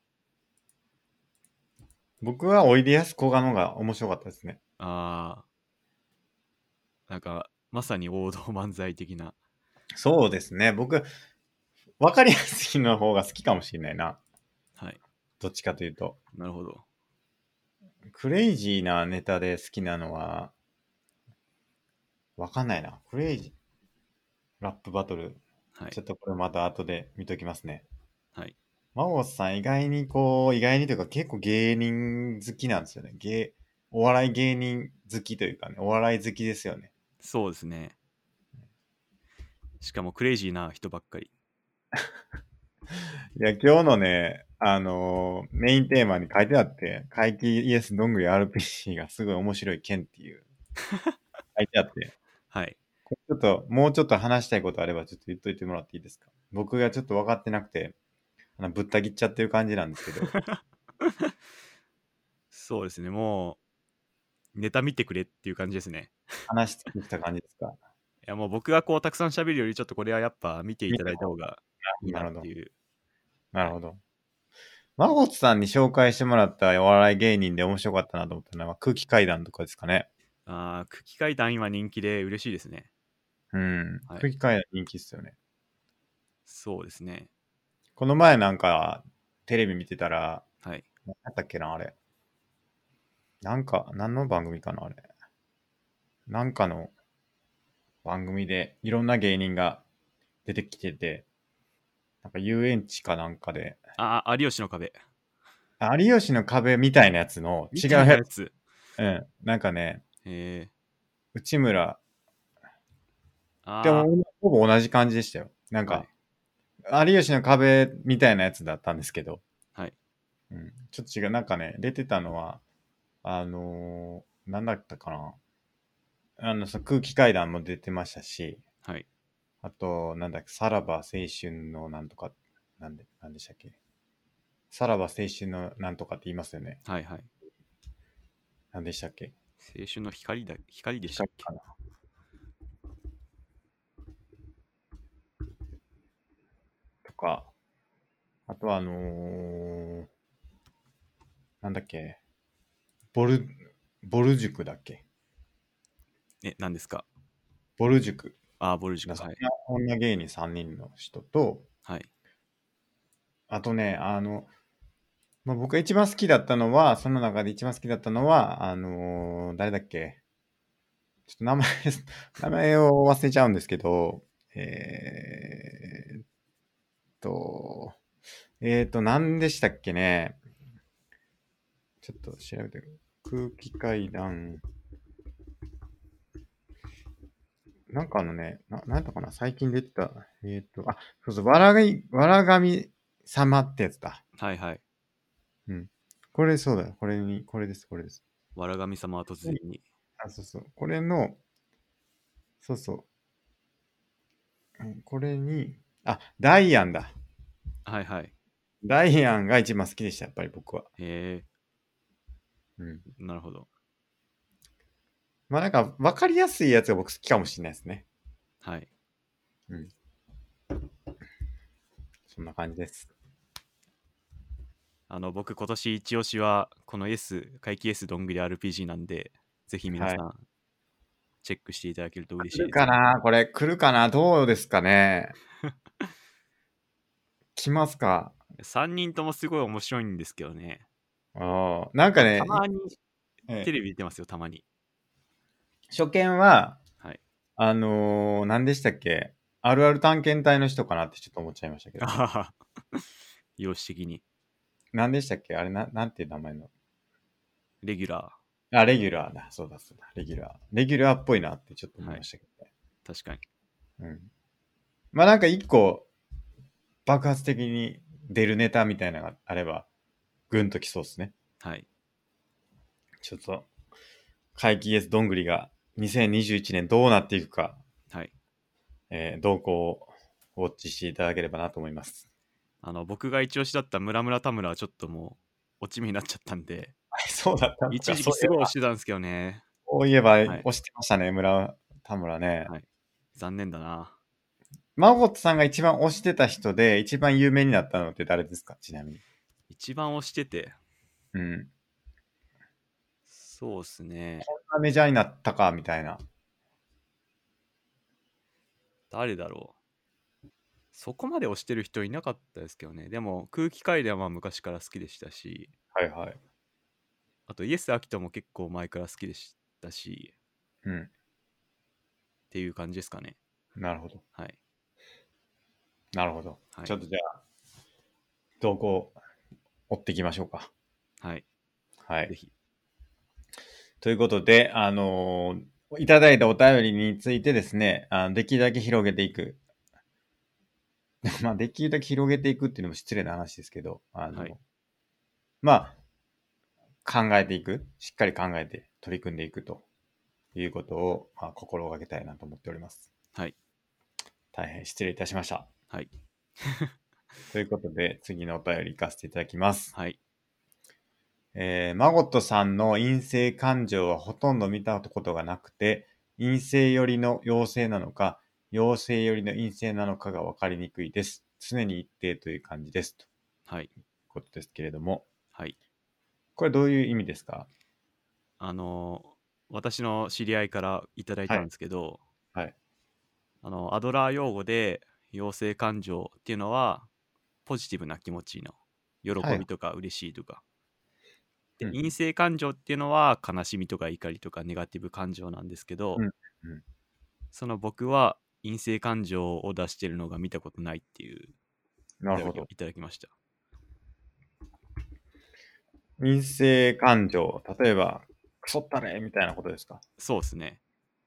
Speaker 1: 僕はおいでやすこがのが面白かったですね。
Speaker 2: あーなんかまさに王道漫才的な
Speaker 1: そうですね。僕、わかりやすいの方が好きかもしれないな。
Speaker 2: はい
Speaker 1: どっちかというと。
Speaker 2: なるほど
Speaker 1: クレイジーなネタで好きなのは、わかんないな。クレイジー。ラップバトル。
Speaker 2: はい
Speaker 1: ちょっとこれまた後で見ときますね。
Speaker 2: はい。
Speaker 1: マゴスさん意外にこう、意外にというか結構芸人好きなんですよね。芸、お笑い芸人好きというかね、お笑い好きですよね。
Speaker 2: そうですね。しかもクレイジーな人ばっかり。
Speaker 1: いや、今日のね、あのーメインテーマに書いてあって、怪奇イエスどんぐり RPG がすごい面白い件って
Speaker 2: (laughs)
Speaker 1: いう、書いてあって、
Speaker 2: はい。
Speaker 1: これちょっと、もうちょっと話したいことあればちょっと言っといてもらっていいですか僕がちょっと分かってなくて、あのぶった切っちゃってる感じなんですけ
Speaker 2: (laughs)
Speaker 1: ど、
Speaker 2: そうですね。もう、ネタ見てくれっていう感じですね。
Speaker 1: 話してきた感じですか
Speaker 2: いや、もう僕がこう、たくさん喋るより、ちょっとこれはやっぱ見ていただいた方がいい
Speaker 1: なる
Speaker 2: な
Speaker 1: ほど
Speaker 2: って。いう。
Speaker 1: なるほど。マゴツさんに紹介してもらったお笑い芸人で面白かったなと思ったのは空気階段とかですかね。
Speaker 2: ああ、空気階段今人気で嬉しいですね。
Speaker 1: うん。
Speaker 2: はい
Speaker 1: 空気階段人気っすよね。
Speaker 2: そうですね。
Speaker 1: この前なんかテレビ見てたら、
Speaker 2: はい。
Speaker 1: 何だったっけな、あれ。なんか、何の番組かな、あれ。なんかの番組で、いろんな芸人が出てきてて、なんか遊園地かなんかで、
Speaker 2: ああ、有吉の壁。
Speaker 1: 有吉の壁みたいなやつの、違う
Speaker 2: みたいな
Speaker 1: や
Speaker 2: や
Speaker 1: つ。
Speaker 2: つ。
Speaker 1: うん。なんかね、
Speaker 2: え
Speaker 1: 内村、
Speaker 2: ー、あ
Speaker 1: で
Speaker 2: ー
Speaker 1: も、ほぼ同じ感じでしたよ。なんか、有吉の壁みたいなやつだったんですけど、
Speaker 2: はい。
Speaker 1: うん、ちょっと違う。なんかね、出てたのは、あのーなんだったかな。あの、その空気階段も出てましたし、
Speaker 2: はい。
Speaker 1: あと、なんだっけ、さらば青春のなんとか、なんで、なんでしたっけ。さらば青春のなんとかって言いますよね。
Speaker 2: はいはい。
Speaker 1: なんでしたっけ。
Speaker 2: 青春の光だ、光でしたっけ
Speaker 1: かなとか、あとはあのーなんだっけ、ボル、ボル塾だっけ
Speaker 2: え、何ですか
Speaker 1: ボル塾。
Speaker 2: あー、ボルジュ
Speaker 1: なん
Speaker 2: ク。
Speaker 1: か
Speaker 2: はい。
Speaker 1: 女芸人3人の人と、
Speaker 2: はい。
Speaker 1: あとね、あの、まあ、僕が一番好きだったのは、その中で一番好きだったのは、あのー誰だっけちょっと名前、 (laughs) 名前を忘れちゃうんですけど、えー、っと、えー、っと、何でしたっけねちょっと調べて、空気階段。なんかあのね、ななんとかな、最近出てた、えー、っと、あ、そうそう、わらがい、わらがみ様ってやつだ。
Speaker 2: はいはい。
Speaker 1: これそうだよ。これに、これです、これです。
Speaker 2: わらがみ様は突然に。
Speaker 1: あ、そうそう。これの、そうそう。うんこれに、あ、ダイアンだ。
Speaker 2: はいはい。
Speaker 1: ダイアンが一番好きでした、やっぱり僕は。
Speaker 2: え
Speaker 1: うん。
Speaker 2: ー、なるほど。
Speaker 1: まあなんか、わかりやすいやつが僕好きかもしれないですね。
Speaker 2: はい。
Speaker 1: そんな感じです。
Speaker 2: あの、僕今年一押しは、この S、怪奇 S どんぐり RPG なんで、ぜひ皆さん、チェックしていただけると嬉しい
Speaker 1: 来
Speaker 2: で
Speaker 1: る
Speaker 2: す。
Speaker 1: かなこれ、来るかなどうですか
Speaker 2: (laughs)
Speaker 1: ね来ますか
Speaker 2: 3人ともすごい面白いんですけどね。
Speaker 1: ああ。なんかね
Speaker 2: た、まに
Speaker 1: ええ
Speaker 2: テレビ出てますよ、
Speaker 1: (laughs)
Speaker 2: たまに。
Speaker 1: 初見は、
Speaker 2: はい
Speaker 1: あのー、何でしたっけあるある探検隊の人かなってちょっと思っちゃいましたけど
Speaker 2: あ。はは容姿的に。
Speaker 1: 何でしたっけあれな、なんていう名前の。
Speaker 2: レギュラ
Speaker 1: あ、レギュラーだ。そうだそうだ。レギュラー。レギュラーっぽいなってちょっと思いましたけどね。
Speaker 2: ー、確かに。
Speaker 1: うん。まあなんか一個、爆発的に出るネタみたいなのがあれば、ぐんときそうですね。
Speaker 2: はい。
Speaker 1: ちょっと、怪奇 ES どんぐりが2021年どうなっていくか、
Speaker 2: はい。
Speaker 1: えー動向をウォッチしていただければなと思います。
Speaker 2: あの、僕が一押しだったムラムラ田村はちょっともう、落ち目になっちゃったんで、
Speaker 1: そうだったんです
Speaker 2: 一
Speaker 1: か
Speaker 2: 時
Speaker 1: そう
Speaker 2: 期すごい押してたんですけどね。
Speaker 1: そういえば、
Speaker 2: い
Speaker 1: 押してましたね、村田村ね。
Speaker 2: はい残念だな。
Speaker 1: マゴットさんが一番推してた人で、一番有名になったのって誰ですかちなみに。
Speaker 2: 一番押してて、
Speaker 1: うん。
Speaker 2: そうっすね。
Speaker 1: こんなメジャーになったか、みたいな。
Speaker 2: 誰だろう。そこまで押してる人いなかったですけどね。でも、空気階段は昔から好きでしたし、
Speaker 1: はいはい。
Speaker 2: あと、イエス・アキトも結構前から好きでしたし、
Speaker 1: うん。
Speaker 2: っていう感じですかね。
Speaker 1: なるほど。
Speaker 2: はい。
Speaker 1: なるほど。
Speaker 2: はい
Speaker 1: ちょっとじゃあ、動向、追っていきましょうか。
Speaker 2: はい。
Speaker 1: は
Speaker 2: ぜ
Speaker 1: い。
Speaker 2: ひ。
Speaker 1: ということで、あのーいただいたお便りについてですね、あのできるだけ広げていく。 (laughs) まあ、できるだけ広げていくっていうのも失礼な話ですけど、あの、
Speaker 2: はい
Speaker 1: まあ、考えていく。しっかり考えて取り組んでいくということを、まあ、心がけたいなと思っております。
Speaker 2: はい。
Speaker 1: 大変失礼いたしました。
Speaker 2: はい。
Speaker 1: (laughs) ということで、次のお便り行かせていただきます。
Speaker 2: はい。
Speaker 1: えーマゴットさんの陰性感情はほとんど見たことがなくて、陰性寄りの陽性なのか、陽性寄りの陰性なのかが分かりにくいです。常に一定という感じです。という
Speaker 2: はい。
Speaker 1: ことですけれども、
Speaker 2: はい。
Speaker 1: これどういう意味ですか
Speaker 2: あのー私の知り合いからいただいたんですけど、
Speaker 1: はいはい
Speaker 2: あのアドラー用語で陽性感情っていうのはポジティブな気持ちの喜びとか嬉しいとか、で
Speaker 1: うん
Speaker 2: 陰性感情っていうのは悲しみとか怒りとかネガティブ感情なんですけど、
Speaker 1: うんうん
Speaker 2: その僕は陰性感情を出してるのが見たことないっていう
Speaker 1: なるほど。
Speaker 2: いただきました
Speaker 1: 陰性感情、例えば、クソったれみたいなことですか
Speaker 2: そうですね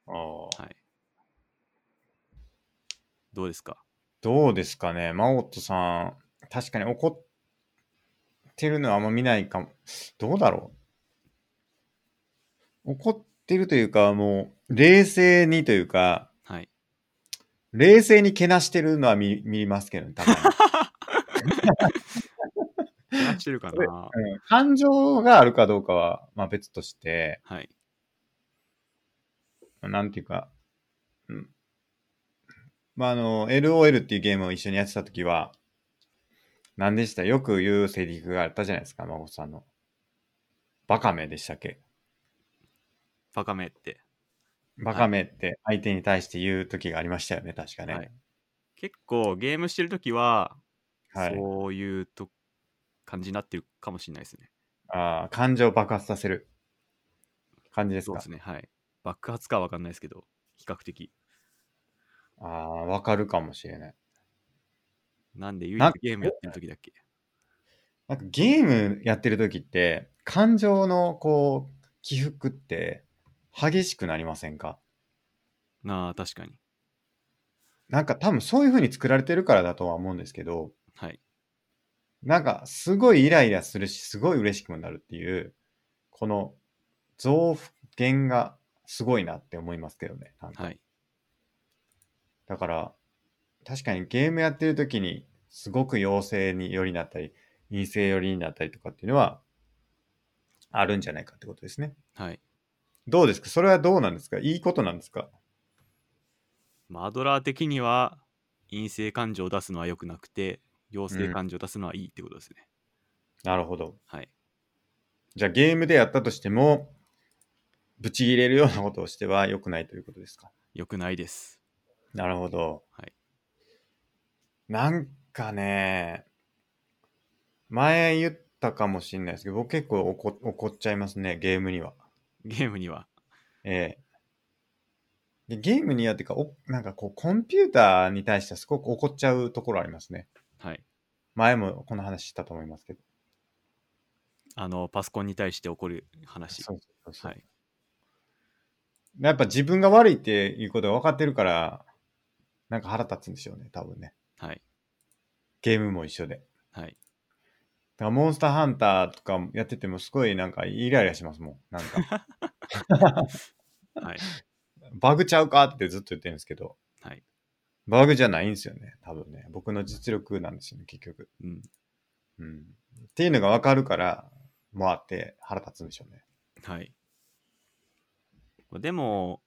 Speaker 1: あー
Speaker 2: はいどうですか
Speaker 1: どうですかね、マオットさん、確かに怒ってるのはあんま見ないかも。どうだろう怒ってるというか、もう、冷静にというか、
Speaker 2: はい
Speaker 1: 冷静にけなしてるのは見見ますけどね、多分。
Speaker 2: 話してるかな
Speaker 1: うん感情があるかどうかは、まあ別として、
Speaker 2: はい
Speaker 1: なんていうか、うん。まああの、LOL っていうゲームを一緒にやってた時は、何でしたよく言うセリフがあったじゃないですか、孫さんの。バカめでしたっけ
Speaker 2: バカめって
Speaker 1: バカめって相手に対して言う時がありましたよね、確か
Speaker 2: はい
Speaker 1: ね。
Speaker 2: 結構ゲームしてるときは、
Speaker 1: はい。
Speaker 2: そういうと感じになってるかもしれないですね。
Speaker 1: ああ、感情を爆発させる感じです
Speaker 2: そう
Speaker 1: か
Speaker 2: で。すね。はい。爆発かは分かんないですけど、比較的。
Speaker 1: ああ、わかるかもしれない。
Speaker 2: なんで、唯
Speaker 1: なん
Speaker 2: 一ゲームやってるときだっけ
Speaker 1: なんかゲームやってる時って、感情のこう、起伏って激しくなりませんか
Speaker 2: なあ、確かに。
Speaker 1: なんか多分そういう風に作られてるからだとは思うんですけど、
Speaker 2: はい。
Speaker 1: なんかすごいイライラするし、すごい嬉しくもなるっていう、この増減がすごいなって思いますけどね。なんか
Speaker 2: はい。
Speaker 1: だから、確かにゲームやってる時に、すごく陽性によりになったり、陰性よりになったりとかっていうのは、あるんじゃないかってことですね。
Speaker 2: はい。
Speaker 1: どうですかそれはどうなんですかいいことなんですか
Speaker 2: まあ、アドラー的には、陰性感情を出すのは良くなくて、陽
Speaker 1: う
Speaker 2: 性
Speaker 1: ん
Speaker 2: 感情を出すのはいいってことですね。
Speaker 1: なるほど。
Speaker 2: はい。
Speaker 1: じゃあゲームでやったとしても、ぶち切れるようなことをしては良くないということですか
Speaker 2: 良くないです。
Speaker 1: なるほど。
Speaker 2: はい。
Speaker 1: なんかね、前言ったかもしれないですけど、僕結構怒怒っちゃいますね、ゲームには。
Speaker 2: ゲームには。
Speaker 1: ええでゲームにはっていうか、おなんかこう、コンピューターに対してはすごく怒っちゃうところありますね。
Speaker 2: はい。
Speaker 1: 前もこの話したと思いますけど。
Speaker 2: あの、パソコンに対して起こる話。
Speaker 1: そうそうそう。
Speaker 2: はい。
Speaker 1: やっぱ自分が悪いっていうことが分かってるから、なんか腹立つんでしょうね、多分ね。
Speaker 2: はい。
Speaker 1: ゲームも一緒で。だ
Speaker 2: はい。
Speaker 1: からモンスターハンターとかやっててもすごいなんかイライラしますもん。なんか、 (laughs)
Speaker 2: はい。
Speaker 1: バグちゃうかってずっと言ってるんですけど、
Speaker 2: はい。
Speaker 1: バグじゃないんですよね、多分ね。僕の実力なんですよね、結局。
Speaker 2: うん。
Speaker 1: うん。っていうのが分かるから、もあって腹立つんでしょうね。
Speaker 2: はい。でも、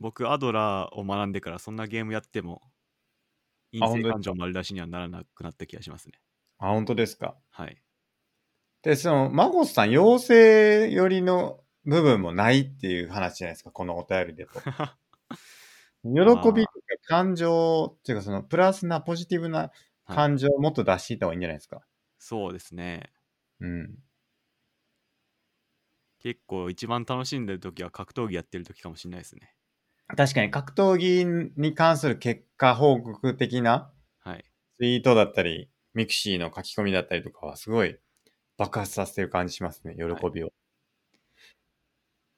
Speaker 2: 僕、アドラーを学んでから、そんなゲームやっても、
Speaker 1: あ本当
Speaker 2: 陰性
Speaker 1: ですか
Speaker 2: 感情丸出しにはならなくなった気がしますね。
Speaker 1: あ、本当ですか。
Speaker 2: はい。 (laughs)
Speaker 1: で、その、マゴスさん、妖精寄りの部分もないっていう話じゃないですか、このお便りでと。喜びとか感情っていうか、その、プラスな、ポジティブな感情をもっと出していった方がいいんじゃないですか。
Speaker 2: そうですね。
Speaker 1: うん。
Speaker 2: 結構、一番楽しんでる時は格闘技やってる時かもしれないですね。
Speaker 1: 確かに格闘技に関する結果報告的な
Speaker 2: はい。
Speaker 1: ツイートだったり、ミクシーの書き込みだったりとかはすごい爆発させてる感じしますね、喜びを。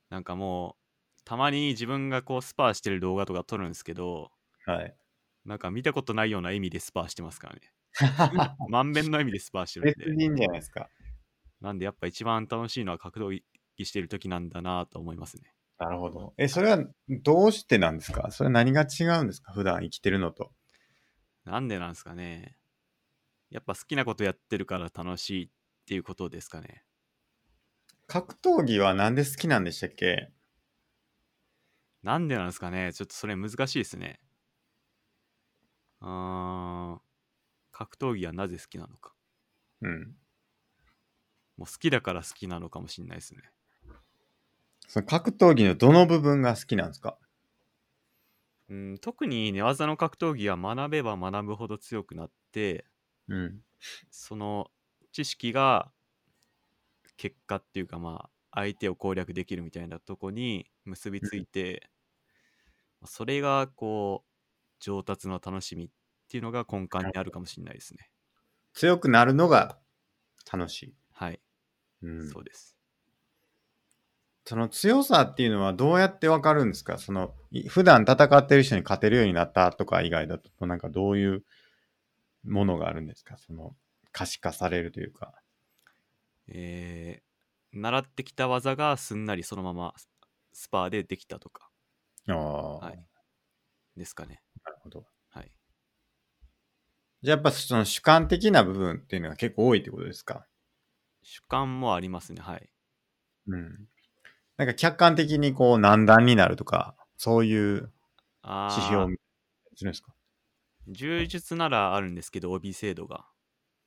Speaker 2: なんかもう、たまに自分がこう、スパーしてる動画とか撮るんですけど、
Speaker 1: はい。
Speaker 2: なんか見たことないような意味でスパーしてますからね。満遍の意味でスパーしてる
Speaker 1: (laughs) 別
Speaker 2: んで。
Speaker 1: 人じゃないですか。
Speaker 2: なんで、やっぱ一番楽しいのは格闘技してる時なんだなと思いますね。
Speaker 1: なるほど。え、それはどうしてなんですかそれは何が違うんですか普段生きてるのと。
Speaker 2: なんでなんですかね。やっぱ好きなことやってるから楽しいっていうことですかね。
Speaker 1: 格闘技はなんで好きなんでしたっけ
Speaker 2: なんでなんですかね。ちょっとそれ難しいですね。うーん。格闘技はなぜ好きなのか。
Speaker 1: うん。
Speaker 2: もう好きだから好きなのかもしれないですね。
Speaker 1: その格闘技のどの部分が好きなんですか
Speaker 2: うん、特に寝技の格闘技は学べば学ぶほど強くなって、
Speaker 1: うん。
Speaker 2: その知識が結果っていうかまあ相手を攻略できるみたいなとこに結びついて、まあそれがこう上達の楽しみっていうのが根幹にあるかもしれないですね。
Speaker 1: 強くなるのが楽しい。
Speaker 2: はい、
Speaker 1: うん、
Speaker 2: そうです。
Speaker 1: その強さっていうのはどうやってわかるんですかそのい普段戦ってる人に勝てるようになったとか以外だとなんかどういうものがあるんですかその可視化されるというか。
Speaker 2: えー習ってきた技がすんなりそのままススパーでできたとか、
Speaker 1: ああ、
Speaker 2: はい、ですかね。
Speaker 1: なるほど。
Speaker 2: はい、
Speaker 1: じゃあやっぱその主観的な部分っていうのが結構多いってことですか
Speaker 2: 主観もありますね。はい、
Speaker 1: うん。なんか客観的にこう難段になるとか、そういう
Speaker 2: あー
Speaker 1: 指標を見するんですか
Speaker 2: 柔術ならあるんですけど帯制度が、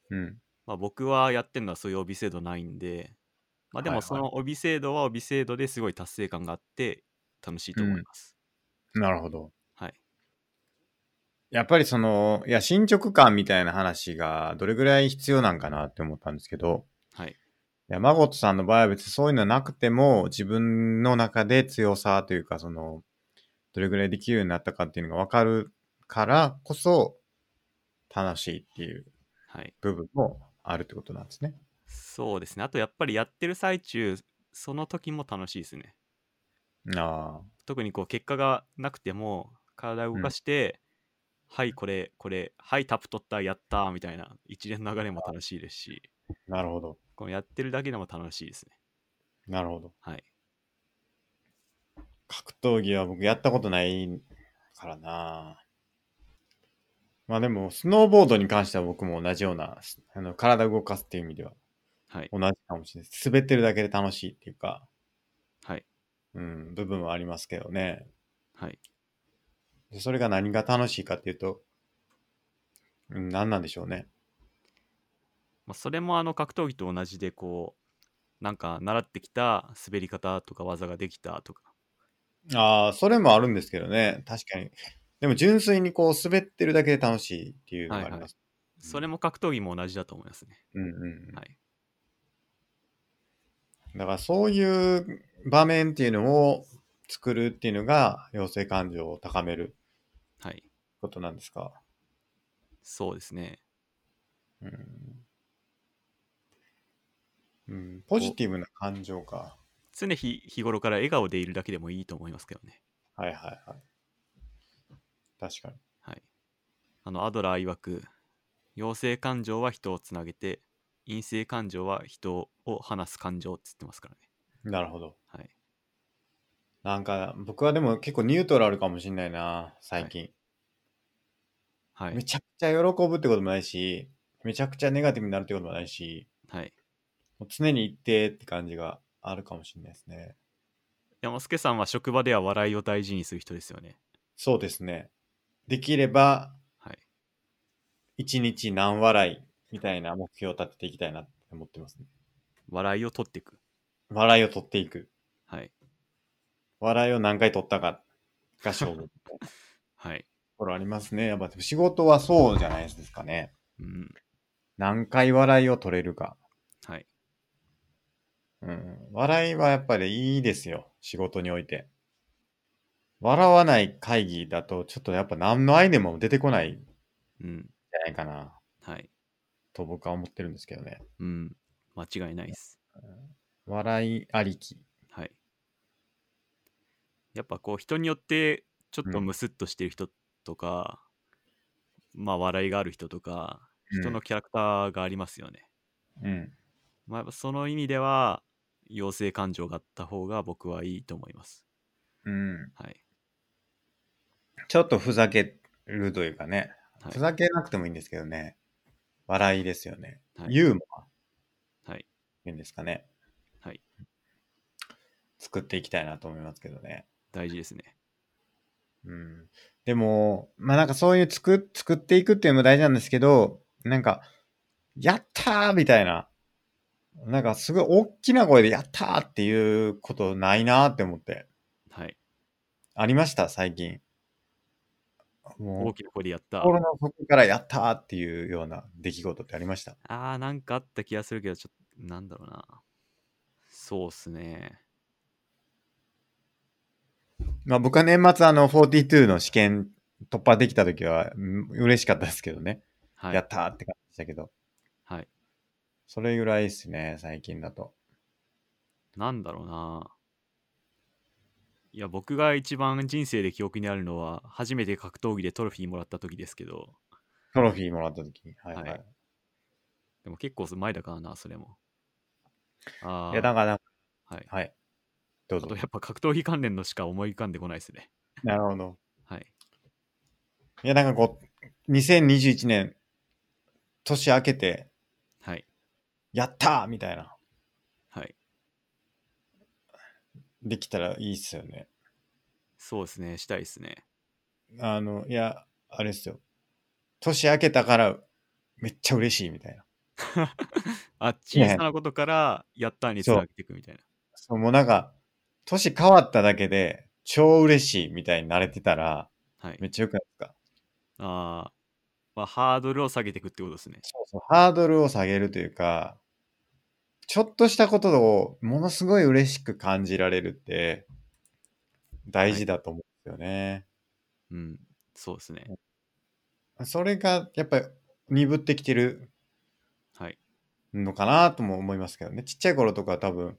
Speaker 1: うん。
Speaker 2: まあ、僕はやってるのはそういう帯制度ないんで、まあ、で
Speaker 1: はいは
Speaker 2: も
Speaker 1: い
Speaker 2: その帯制度は帯制度ですごい達成感があって楽しいと思います、
Speaker 1: なるほど。
Speaker 2: はい
Speaker 1: やっぱりその、いや、進捗感みたいな話がどれぐらい必要なんかなって思ったんですけど、
Speaker 2: はい
Speaker 1: 山本さんの場合は別にそういうのなくても、自分の中で強さというか、その、どれぐらいできるようになったかっていうのがわかるからこそ、楽しいっていう
Speaker 2: はい
Speaker 1: 部分もあるってことなんですね。
Speaker 2: そうですねあとやっぱりやってる最中その時も楽しいですね
Speaker 1: ああ、
Speaker 2: 特にこう結果がなくても体を動かして、はいこれこれはいタップ取ったやったーみたいな一連の流れも楽しいですし
Speaker 1: なるほど。
Speaker 2: このやってるだけでも楽しいですね
Speaker 1: なるほど。
Speaker 2: はい
Speaker 1: 格闘技は僕やったことないからなまあでも、スノーボードに関しては僕も同じような、あの体を動かすっていう意味では
Speaker 2: はい
Speaker 1: 同じかもしれない。滑ってるだけで楽しいっていうか、
Speaker 2: はい
Speaker 1: うん、部分はありますけどね。
Speaker 2: はい
Speaker 1: でそれが何が楽しいかっていうと、うん、何なんでしょうね。
Speaker 2: まあ、それもあの格闘技と同じでこうなんか習ってきた滑り方とか技ができたとか
Speaker 1: ああ、それもあるんですけどね。確かに。でも純粋にこう滑ってるだけで楽しいっていうのがあります。
Speaker 2: それも格闘技も同じだと思いますね、
Speaker 1: うんうんうん。
Speaker 2: はい
Speaker 1: だからそういう場面っていうのを作るっていうのが、養成感情を高める
Speaker 2: はい
Speaker 1: ことなんですか。
Speaker 2: そうですね
Speaker 1: うんうん、ポジティブな感情か。
Speaker 2: 常日日頃から笑顔でいるだけでもいいと思いますけどね
Speaker 1: はいはいはい。確かに。
Speaker 2: はいあのアドラー曰く陽性感情は人をつなげて陰性感情は人を話す感情って言ってますからね
Speaker 1: なるほど。
Speaker 2: はい
Speaker 1: なんか、僕はでも結構ニュートラルかもしれないな、最近。
Speaker 2: は
Speaker 1: め
Speaker 2: い
Speaker 1: ちゃくちゃ喜ぶってこともないし、めちゃくちゃネガティブになるってこともないし、
Speaker 2: はい
Speaker 1: もう常に一定って感じがあるかもしれないですね。
Speaker 2: 山助さんは職場では笑いを大事にする人ですよね
Speaker 1: そうですね。できれば、
Speaker 2: はい
Speaker 1: 一日何笑いみたいな目標を立てていきたいなって思ってますね。
Speaker 2: 笑いを取っていく
Speaker 1: 笑いを取っていく。
Speaker 2: はい
Speaker 1: 笑いを何回取ったかが勝負。
Speaker 2: はい
Speaker 1: これありますね。やっぱでも仕事はそうじゃないですかね。
Speaker 2: うん
Speaker 1: 何回笑いを取れるか。
Speaker 2: はい
Speaker 1: うん。笑いはやっぱりいいですよ。仕事において。笑わない会議だと、ちょっとやっぱ何のアイデアも出てこないんじ
Speaker 2: うん。
Speaker 1: ゃないかな、
Speaker 2: はい。
Speaker 1: と僕は思ってるんですけどね。
Speaker 2: うん。間違いないです。
Speaker 1: 笑いありき。
Speaker 2: はい。やっぱこう人によってちょっと
Speaker 1: うん
Speaker 2: ムスッとしてる人とか、まあ笑いがある人とか、
Speaker 1: うん
Speaker 2: 人のキャラクターがありますよね。
Speaker 1: うん。
Speaker 2: まあやっぱその意味では、妖精感情があった方が僕はいいと思います。
Speaker 1: うん。
Speaker 2: はい。
Speaker 1: ちょっとふざけるというかね。
Speaker 2: は
Speaker 1: ふ
Speaker 2: い。
Speaker 1: ざけなくてもいいんですけどね。笑いですよね。
Speaker 2: はい
Speaker 1: ユーモアっ
Speaker 2: はい。
Speaker 1: ていうんですかね。
Speaker 2: はい。
Speaker 1: 作っていきたいなと思いますけどね。
Speaker 2: 大事ですね。
Speaker 1: うん。でも、まあなんかそういう作、作っていくっていうのも大事なんですけど、なんか、やったーみたいな。なんかすごい大きな声でやったーっていうことないなーって思って。
Speaker 2: はい。
Speaker 1: ありました最近。も
Speaker 2: 大
Speaker 1: う、
Speaker 2: きな声でやった。
Speaker 1: 心の底からやったーっていうような出来事ってありました
Speaker 2: あー、なんかあった気がするけど、ちょっと、なんだろうな。そうっすね。
Speaker 1: まあ僕は年末あの42の試験突破できた時はうん嬉しかったですけどね。
Speaker 2: は
Speaker 1: や
Speaker 2: い
Speaker 1: っ。たーって感じでしたけど。
Speaker 2: はい。
Speaker 1: それぐらいですね、最近だと。
Speaker 2: なんだろうな。いや、僕が一番人生で記憶にあるのは、初めて格闘技でトロフィーもらった時ですけど、
Speaker 1: トロフィーもらった時に。はいはい。
Speaker 2: はい
Speaker 1: い、
Speaker 2: でも結構前だからな、それも。ああ。
Speaker 1: や、だから、
Speaker 2: はい。
Speaker 1: はい。どう
Speaker 2: あ
Speaker 1: ぞ
Speaker 2: と。やっぱ格闘技関連のしか思い浮かんでこないですね。
Speaker 1: なるほど。
Speaker 2: はい。
Speaker 1: いや、なんかこう、2021年、年明けて、
Speaker 2: はい。
Speaker 1: やったーみたいな、
Speaker 2: はい。
Speaker 1: できたらいいっすよね。
Speaker 2: そうですね。したいですね。 (laughs)
Speaker 1: あの、いや、あれっすよ。年明けたから、めっちゃ嬉しいみたいな。
Speaker 2: あ、
Speaker 1: い
Speaker 2: 小
Speaker 1: や
Speaker 2: さなことからやったにつなげていくみたいな。
Speaker 1: そう、もうなんか、年変わっただけで、超嬉しいみたいになれてたら、
Speaker 2: はい。
Speaker 1: めっちゃよくないですか
Speaker 2: ああ。まあ、ハードルを下げていくってことですね。
Speaker 1: そうそう、ハードルを下げるというか、ちょっとしたことをものすごい嬉しく感じられるって、大事だと思うんですよね。
Speaker 2: うん。そうですね。
Speaker 1: それが、やっぱり、鈍ってきてる
Speaker 2: はい。
Speaker 1: のかなとも思いますけどね。ちっちゃい頃とかは多分、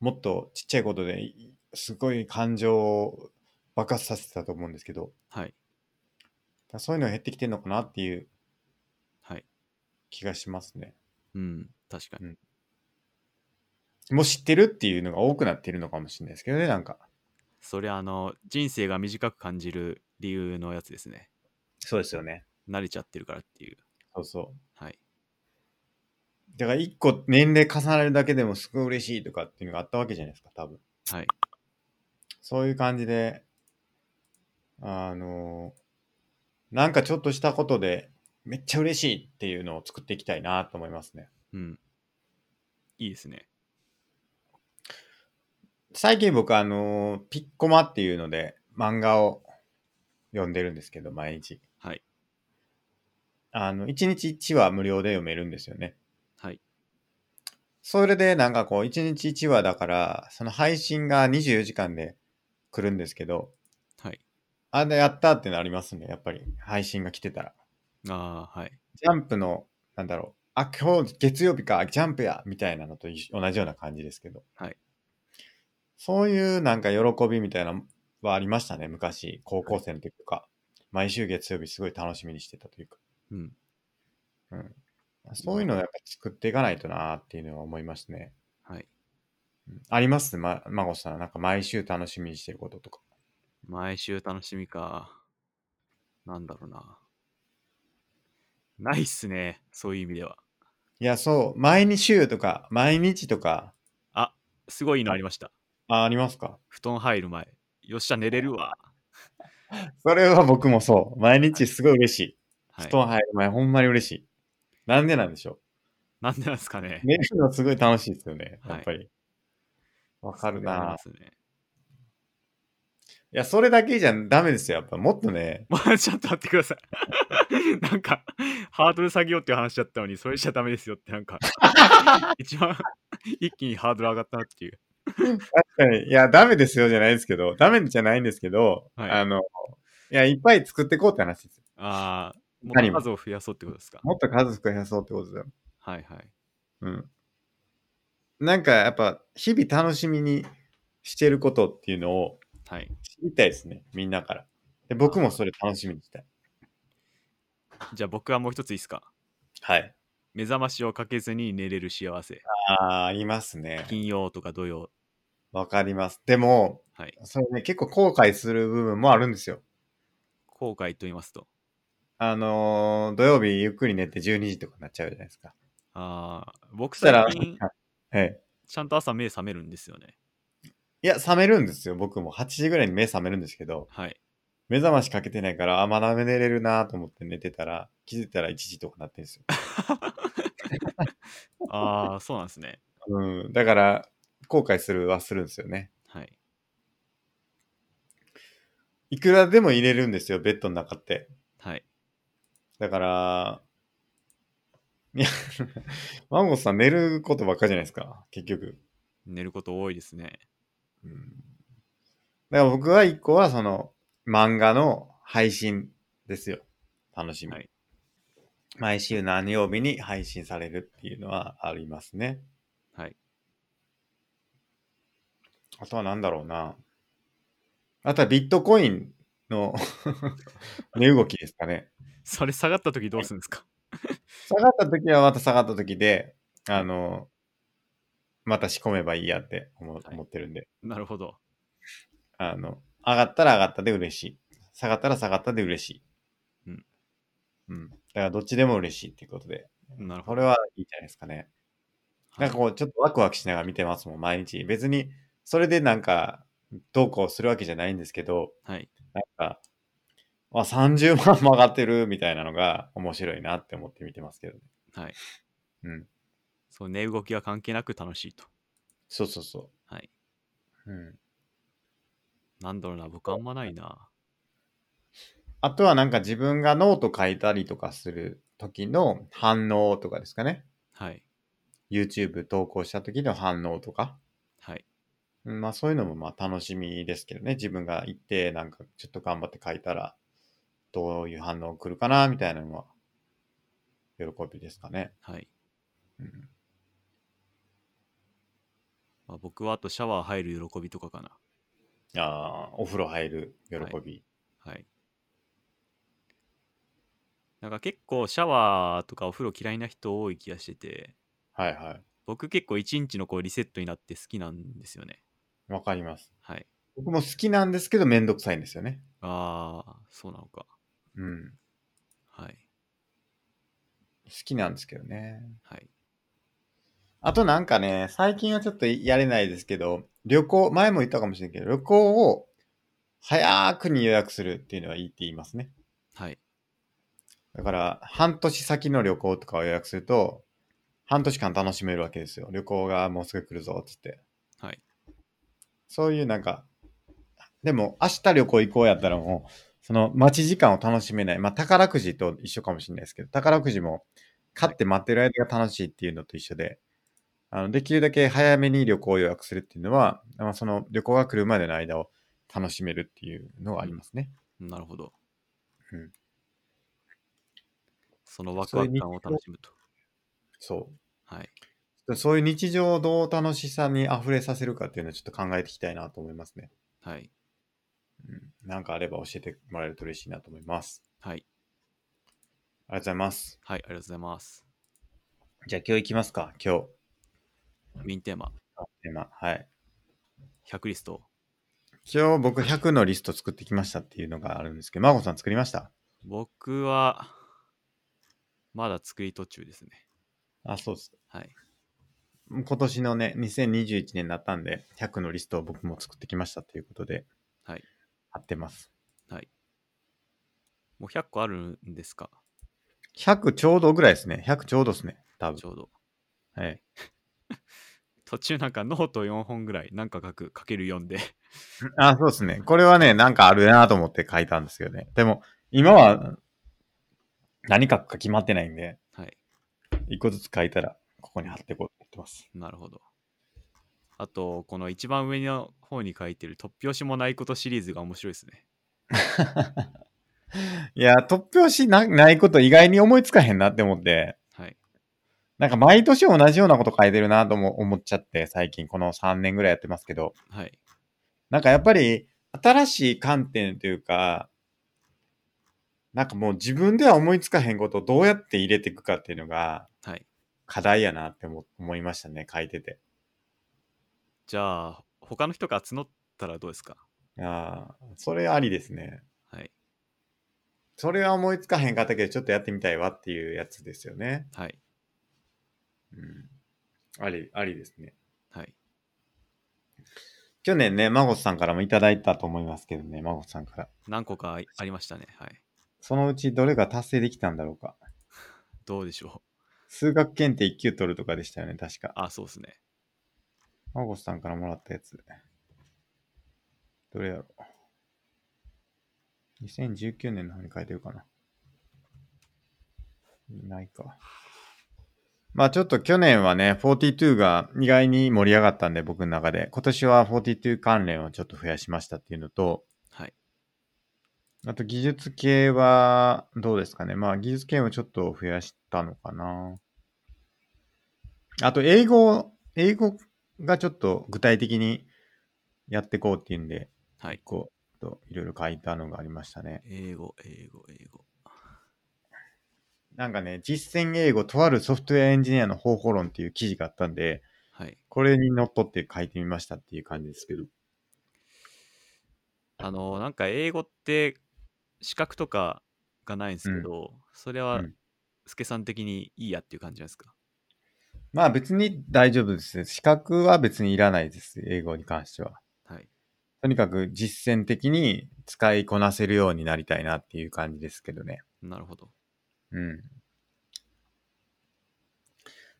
Speaker 1: もっとちっちゃいことで、いすごい感情を爆発させてたと思うんですけど、
Speaker 2: はい。
Speaker 1: そういうのが減ってきてるのかなっていう
Speaker 2: はい。
Speaker 1: 気がしますね。
Speaker 2: うん。確かに。
Speaker 1: もう知ってるっていうのが多くなってるのかもしれないですけどね、なんか。
Speaker 2: それあの、人生が短く感じる理由のやつですね。
Speaker 1: そうですよね。
Speaker 2: 慣れちゃってるからっていう。
Speaker 1: そうそう。
Speaker 2: はい。
Speaker 1: だから一個年齢重なるだけでもすごい嬉しいとかっていうのがあったわけじゃないですか、多分。
Speaker 2: はい。
Speaker 1: そういう感じで、あの、なんかちょっとしたことでめっちゃ嬉しいっていうのを作っていきたいなと思いますね。
Speaker 2: うん。いいですね。
Speaker 1: 最近僕あの、ピッコマっていうので漫画を読んでるんですけど、毎日。
Speaker 2: はい。
Speaker 1: あの、1日1話無料で読めるんですよね。
Speaker 2: はい。
Speaker 1: それでなんかこう、1日1話だから、その配信が24時間で来るんですけど、
Speaker 2: はい。
Speaker 1: あれやったってなりますね、やっぱり。配信が来てたら。
Speaker 2: ああ、はい。
Speaker 1: ジャンプの、なんだろう。あ、今日月曜日か、ジャンプやみたいなのと一緒同じような感じですけど。
Speaker 2: はい。
Speaker 1: そういうなんか喜びみたいなのはありましたね、昔。高校生の時とか。毎週月曜日すごい楽しみにしてたというか。
Speaker 2: うん。
Speaker 1: そういうのをやっぱ作っていかないとなーっていうのは思いますね。
Speaker 2: はい。
Speaker 1: うんありますま、孫さん。なんか毎週楽しみにしてることとか。
Speaker 2: 毎週楽しみか。なんだろうな。ないっすね。そういう意味では。
Speaker 1: いや、そう。毎日週とか、毎日とか、
Speaker 2: あ、すごいのありました。
Speaker 1: あ、ありますか
Speaker 2: 布団入る前。よっしゃ、寝れるわ。
Speaker 1: それは僕もそう。毎日すごい嬉しい。
Speaker 2: は
Speaker 1: 布
Speaker 2: い。
Speaker 1: 団入る前、ほんまに嬉しい。なんでなんでしょ
Speaker 2: なんでなんですかね
Speaker 1: う。。寝るのすごい楽しいですよね。
Speaker 2: はい
Speaker 1: やっぱり。わ、かる
Speaker 2: あり
Speaker 1: な
Speaker 2: ますね。
Speaker 1: いや、それだけじゃダメですよ。やっぱ、もっとね。
Speaker 2: まあ、 (laughs) ちょっと待ってください。 (laughs) なんか、ハードル下げようっていう話だったのに、それじゃダメですよって、なん
Speaker 1: (laughs)
Speaker 2: か、一番、一気にハードル上がったなっていう。
Speaker 1: 確かに。いや、ダメですよじゃないですけど、ダメじゃないんですけど、
Speaker 2: はい
Speaker 1: あの、いや、いっぱい作っていこうって話ですよ。
Speaker 2: ああ、も
Speaker 1: 何
Speaker 2: う
Speaker 1: も
Speaker 2: 数を増やそうってことですか。
Speaker 1: もっと家族増やそうってことだよ。
Speaker 2: はいはい。
Speaker 1: うん。なんか、やっぱ、日々楽しみにしてることっていうのを
Speaker 2: はい。
Speaker 1: 知りたいですね。みんなから。で僕もそれ楽しみにしたい。
Speaker 2: じゃあ、僕はもう一ついいですか。
Speaker 1: はい。
Speaker 2: 目覚ましをかけずに寝れる幸せ。
Speaker 1: ああー、いますね。
Speaker 2: 金曜とか土曜。
Speaker 1: わかります。でも、
Speaker 2: はい。
Speaker 1: それね、結構後悔する部分もあるんですよ。
Speaker 2: 後悔と言いますと。
Speaker 1: あのー土曜日ゆっくり寝て12時とかになっちゃうじゃないですか。
Speaker 2: ああ、僕
Speaker 1: そしたら
Speaker 2: 最、近
Speaker 1: はい。
Speaker 2: ちゃんと朝目覚めるんですよね。
Speaker 1: いや、覚めるんですよ。僕も8時ぐらいに目覚めるんですけど、
Speaker 2: はい。
Speaker 1: 目覚ましかけてないから、あ、まだ寝れるなと思って寝てたら、気づいたら1時とかなってるんですよ。
Speaker 2: ああ、そうなんですね。
Speaker 1: うん。だから、後悔するはするんですよね。
Speaker 2: はい。
Speaker 1: いくらでも入れるんですよ、ベッドの中って。
Speaker 2: はい。
Speaker 1: だから、 (laughs) いや、マンゴスさん寝ることばっかじゃないですか、結局。
Speaker 2: 寝ること多いですね。
Speaker 1: うんだから僕は一個はその漫画の配信ですよ。楽しみ。
Speaker 2: はい
Speaker 1: 毎週何曜日に配信されるっていうのはありますね。
Speaker 2: はい。
Speaker 1: あとは何だろうな。あとはビットコインの (laughs) 値動きですかね。
Speaker 2: それ下がった時どうするんですか、
Speaker 1: 下がった時はまた下がった時で、あの、また仕込めばいいやって思う
Speaker 2: はい
Speaker 1: 思ってるんで。
Speaker 2: なるほど。
Speaker 1: あの、上がったら上がったで嬉しい。下がったら下がったで嬉しい。
Speaker 2: うん。
Speaker 1: うん。だからどっちでも嬉しいっていうことで。
Speaker 2: なるほ
Speaker 1: こ
Speaker 2: ど。
Speaker 1: れはいいじゃないですかね。なんかこう、ちょっとワクワクしながら見てますもん、毎日。別に、それでなんか、どうこうするわけじゃないんですけど、
Speaker 2: はい。
Speaker 1: なんか、あ、30万も上がってるみたいなのが面白いなって思って見てますけどね。
Speaker 2: はい。
Speaker 1: うん。
Speaker 2: そう、寝動きは関係なく楽しいと。
Speaker 1: そうそうそう。
Speaker 2: はい。
Speaker 1: うん。
Speaker 2: なんだろうな、僕あんまないな。
Speaker 1: あとはなんか自分がノート書いたりとかする時の反応とかですかね。
Speaker 2: はい。
Speaker 1: YouTube 投稿した時の反応とか。
Speaker 2: はい。
Speaker 1: うんまあそういうのもまあ楽しみですけどね。自分が行ってなんかちょっと頑張って書いたらどういう反応来るかなみたいなのは喜びですかね。
Speaker 2: はい。
Speaker 1: うん、
Speaker 2: まあ、僕はあとシャワー入る喜びとかかな。
Speaker 1: ああ、お風呂入る喜び。
Speaker 2: はい。なんか結構シャワーとかお風呂嫌いな人多い気がしてて、
Speaker 1: はい、はい、はい。
Speaker 2: 僕結構一日のこうリセットになって好きなんですよね。
Speaker 1: わかります。
Speaker 2: はい。
Speaker 1: 僕も好きなんですけどめんどくさいんですよね。
Speaker 2: ああ、そうなのか。
Speaker 1: うん。
Speaker 2: はい。
Speaker 1: 好きなんですけどね。
Speaker 2: はい。
Speaker 1: あとなんかね、最近はちょっとやれないですけど、旅行、前も言ったかもしれんけど、旅行を早くに予約するっていうのはいいって言いますね。
Speaker 2: はい。
Speaker 1: だから、半年先の旅行とかを予約すると、半年間楽しめるわけですよ。旅行がもうすぐ来るぞ、つって。
Speaker 2: はい。
Speaker 1: そういうなんか、でも明日旅行行こうやったらもう、その待ち時間を楽しめない。まあ宝くじと一緒かもしれないですけど、宝くじも買って待ってる間が楽しいっていうのと一緒で、あの、できるだけ早めに旅行を予約するっていうのは、まあ、その旅行が来るまでの間を楽しめるっていうのがありますね。
Speaker 2: なるほど。
Speaker 1: うん
Speaker 2: そのワクワク感を楽しむと。
Speaker 1: そう。
Speaker 2: はい。
Speaker 1: そういう日常をどう楽しさに溢れさせるかっていうのをちょっと考えていきたいなと思いますね。
Speaker 2: はい。
Speaker 1: うん。なんかあれば教えてもらえると嬉しいなと思います。
Speaker 2: はい。
Speaker 1: ありがとうございます。
Speaker 2: はい。ありがとうございます。
Speaker 1: じゃあ今日行きますか、今日。
Speaker 2: メインテーマ、
Speaker 1: テーマ。はい。
Speaker 2: 100リスト。
Speaker 1: 今日僕100のリスト作ってきましたっていうのがあるんですけど、まこさん作りました
Speaker 2: 僕は、まだ作り途中ですね。
Speaker 1: あ、そうです。
Speaker 2: はい。
Speaker 1: 今年のね、2021年になったんで、100のリストを僕も作ってきましたということで、
Speaker 2: はい。
Speaker 1: 貼ってます。
Speaker 2: もう100個あるんですか
Speaker 1: 100ちょうどぐらいですね。100ちょうどですね。多分
Speaker 2: ち。ょうど。
Speaker 1: はい。
Speaker 2: 途中なんかノート4本ぐらい、なんか書く、かける4で。 (laughs)
Speaker 1: あ、そうですね。これはね、なんかあるなと思って書いたんですけどね。でも、今は、何書くか決まってないんで、
Speaker 2: はい。
Speaker 1: 一個ずつ書いたら、ここに貼ってこうと思ってます。
Speaker 2: なるほど。あと、この一番上の方に書いてる突拍子もないことシリーズが面白いですね。
Speaker 1: いや、突拍子なないこと意外に思いつかへんなって思って、
Speaker 2: はい。
Speaker 1: なんか毎年同じようなこと書いてるなとも思っちゃって、最近この3年ぐらいやってますけど、
Speaker 2: はい。
Speaker 1: なんかやっぱり新しい観点というか、なんかもう自分では思いつかへんことをどうやって入れていくかっていうのが
Speaker 2: はい。
Speaker 1: 課題やなって思思いましたね、書いてて。
Speaker 2: じゃあ、他の人が募ったらどうですか
Speaker 1: ああ、それありですね。
Speaker 2: はい。
Speaker 1: それは思いつかへんかったけど、ちょっとやってみたいわっていうやつですよね。
Speaker 2: はい。
Speaker 1: うん。あり、ありですね。
Speaker 2: はい。
Speaker 1: 去年ね、マゴスさんからもいただいたと思いますけどね、マゴスさんから。
Speaker 2: 何個かあありましたね。はい。
Speaker 1: そのうちどれが達成できたんだろうか。
Speaker 2: どうでしょう。
Speaker 1: 数学検定1級取るとかでしたよね、確か。
Speaker 2: あ、そうですね。
Speaker 1: マゴスさんからもらったやつ。どれやろう。2019年の方に書いてるかな。ないか。まあちょっと去年はね、42が意外に盛り上がったんで、僕の中で。今年は42関連をちょっと増やしましたっていうのと、
Speaker 2: はい。
Speaker 1: あと技術系はどうですかね。まあ技術系もちょっと増やしたのかな。あと英語、英語がちょっと具体的にやっていこうっていうんで、
Speaker 2: はい。
Speaker 1: こう、ちょっといろいろ書いたのがありましたね。
Speaker 2: 英語、英語、英語。
Speaker 1: なんかね、実践英語とあるソフトウェアエンジニアの方法論っていう記事があったんで、
Speaker 2: はい。
Speaker 1: これにのっとって書いてみましたっていう感じですけど。
Speaker 2: あの、なんか英語って資格とかがないんですけど、それは
Speaker 1: うん、
Speaker 2: スケさん的にいいやっていう感じなんですか、
Speaker 1: まあ別に大丈夫です。資格は別にいらないです。英語に関しては。
Speaker 2: はい。
Speaker 1: とにかく実践的に使いこなせるようになりたいなっていう感じですけどね。
Speaker 2: なるほど。
Speaker 1: うん。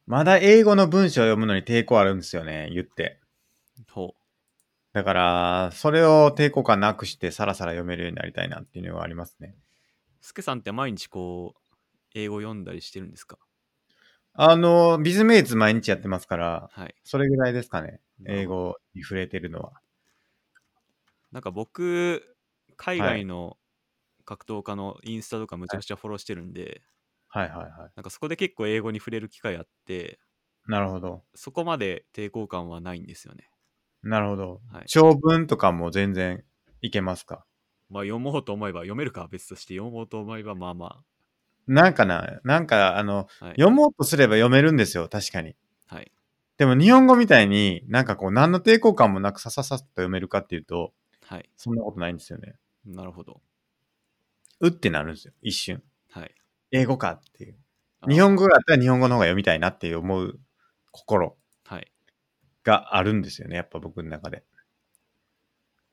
Speaker 1: まだ英語の文章を読むのに抵抗あるんですよね、言って。
Speaker 2: ほ
Speaker 1: だから、それを抵抗感なくしてさらさら読めるようになりたいなっていうのはありますね。
Speaker 2: う。スケさんって毎日こう、英語読んだりしてるんですか
Speaker 1: あの、ビズメイツ毎日やってますから、
Speaker 2: はい。
Speaker 1: それぐらいですかね。
Speaker 2: なる
Speaker 1: 英
Speaker 2: ほど
Speaker 1: 語に触れてるのは。
Speaker 2: なんか僕、海
Speaker 1: は
Speaker 2: 外
Speaker 1: い
Speaker 2: の格闘家のインスタとかむちゃくちゃフォローしてるんで、
Speaker 1: はいはいは
Speaker 2: なんかそこで結構英語に触れる機会あって、
Speaker 1: い。なるほど。
Speaker 2: そこまで抵抗感はないんですよね。
Speaker 1: なるほど。
Speaker 2: はい。
Speaker 1: 長文とかも全然いけますか
Speaker 2: まあ読もうと思えば、読めるかは別として読もうと思えばまあま
Speaker 1: なんかな、なんかあの、
Speaker 2: あ。はい。
Speaker 1: 読もうとすれば読めるんですよ、確かに。
Speaker 2: はい。
Speaker 1: でも日本語みたいになんかこう何の抵抗感もなくさささっと読めるかっていうと、
Speaker 2: はい。
Speaker 1: そんなことないんですよね。
Speaker 2: なるほど。
Speaker 1: うってなるんですよ、一瞬。
Speaker 2: はい。
Speaker 1: 英語かっていう。
Speaker 2: あ
Speaker 1: 日本語があったら日本語の方が読みたいなって思う心
Speaker 2: はい。
Speaker 1: があるんですよね、やっぱ僕の中で。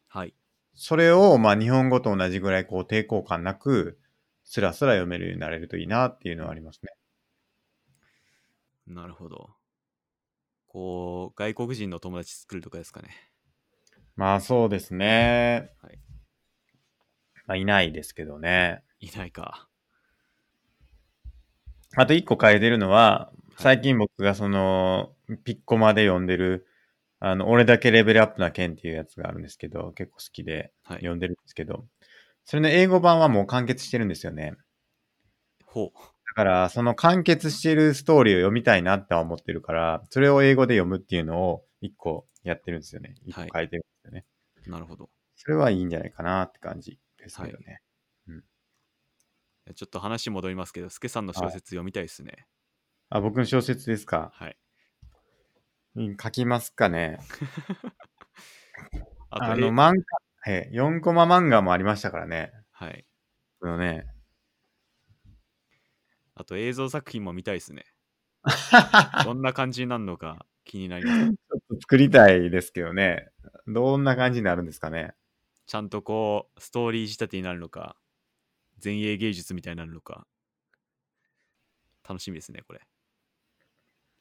Speaker 2: はい。
Speaker 1: それをまあ日本語と同じぐらいこう抵抗感なく、スラスラ読めるようになれるといいなっていうのはありますね。
Speaker 2: なるほど。こう、外国人の友達作るとかですかね。
Speaker 1: まあそうですね。
Speaker 2: はい
Speaker 1: まあいないですけどね。
Speaker 2: いないか。
Speaker 1: あと一個変えてるのは、
Speaker 2: い
Speaker 1: 最近僕がその、ピッコマで読んでる、あの、俺だけレベルアップな剣っていうやつがあるんですけど、結構好きで
Speaker 2: はい。
Speaker 1: 読んでるんですけど、それの英語版はもう完結してるんですよね。
Speaker 2: ほう。
Speaker 1: だから、その完結してるストーリーを読みたいなっては思ってるから、それを英語で読むっていうのを一個やってるんですよね。一個
Speaker 2: はい
Speaker 1: 変えてるんですよね。
Speaker 2: なるほど。
Speaker 1: それはいいんじゃないかなって感じですけどね。
Speaker 2: ちょっと話戻りますけど、スケさんの小説読みたいですね。
Speaker 1: あ、僕の小説ですか。
Speaker 2: はい。
Speaker 1: うん書きますかね。あ
Speaker 2: あと、
Speaker 1: の、
Speaker 2: え
Speaker 1: 漫画、え、4コマ漫画もありましたからね。
Speaker 2: はい。
Speaker 1: このね。
Speaker 2: あと映像作品も見たいで
Speaker 1: (laughs)
Speaker 2: すね。どんな感じになるのか気になります。
Speaker 1: ちょっと作りたいですけどね。どんな感じになるんですかね。
Speaker 2: ちゃんとこう、ストーリー仕立てになるのか、前衛芸術みたいになるのか、楽しみですね、これ。 (laughs)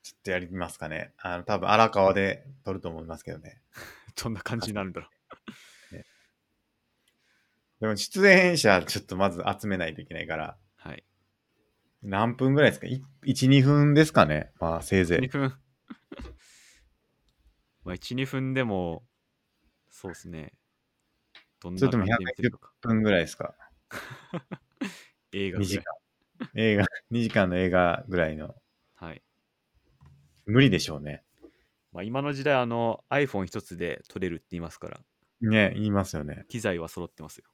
Speaker 1: ちょっとやりますかね。あの、多分荒川で撮ると思いますけどね。
Speaker 2: どんな感じになるんだろ
Speaker 1: でも出演者ちょっとまず集めないといけないから、
Speaker 2: う。はい。
Speaker 1: 何分ぐらいですか ?1、2分ですかね。まあ、せいぜ
Speaker 2: 2
Speaker 1: い。
Speaker 2: 分。 (laughs) まあ、1、2分でも、そうですね。どん
Speaker 1: そ
Speaker 2: な
Speaker 1: れと
Speaker 2: 感
Speaker 1: も
Speaker 2: じに見せるのか。
Speaker 1: 1分ぐらいですか。
Speaker 2: 映画
Speaker 1: 2
Speaker 2: ぐ
Speaker 1: 時
Speaker 2: らい
Speaker 1: 間。映画、2時 (laughs) 間の映画ぐらいの。
Speaker 2: はい。
Speaker 1: 無理でしょうね。
Speaker 2: まあ、今の時代、あの、iPhone 一つで撮れるって言いますから、
Speaker 1: ね、言いますよね。
Speaker 2: 機材は揃ってますよ。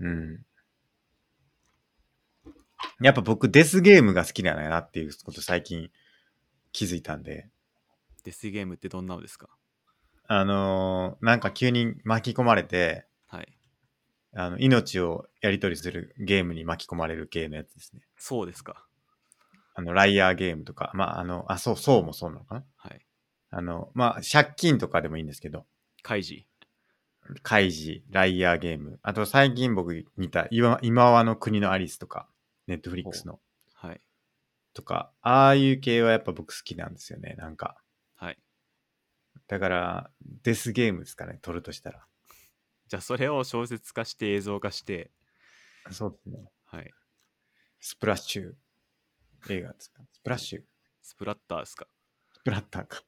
Speaker 1: うん。やっぱ僕、デスゲームが好きなんだなっていうこと最近気づいたんで、
Speaker 2: デスゲームってどんなのですか
Speaker 1: あのーなんか急に巻き込まれて、
Speaker 2: はい。
Speaker 1: あの、命をやり取りするゲームに巻き込まれる系のやつですね。
Speaker 2: そうですか。
Speaker 1: あの、ライアーゲームとか、まあ、あの、あ、そう、そうもそうなのかな
Speaker 2: はい。
Speaker 1: あの、まあ、借金とかでもいいんですけど、
Speaker 2: カイジ。
Speaker 1: 開示、ライアーゲーム。あと最近僕見た、今今はの国のアリスとか、ネットフリックスの
Speaker 2: はい。
Speaker 1: とか、ああいう系はやっぱ僕好きなんですよね、なんか。
Speaker 2: はい。
Speaker 1: だから、デスゲームですかね、撮るとしたら。
Speaker 2: じゃあ、それを小説化して映像化して、
Speaker 1: そうですね。
Speaker 2: はい。
Speaker 1: スプラッシュ映画ですか。スプラッシュ。
Speaker 2: スプラッターで
Speaker 1: (laughs)
Speaker 2: すか
Speaker 1: スプラッターか。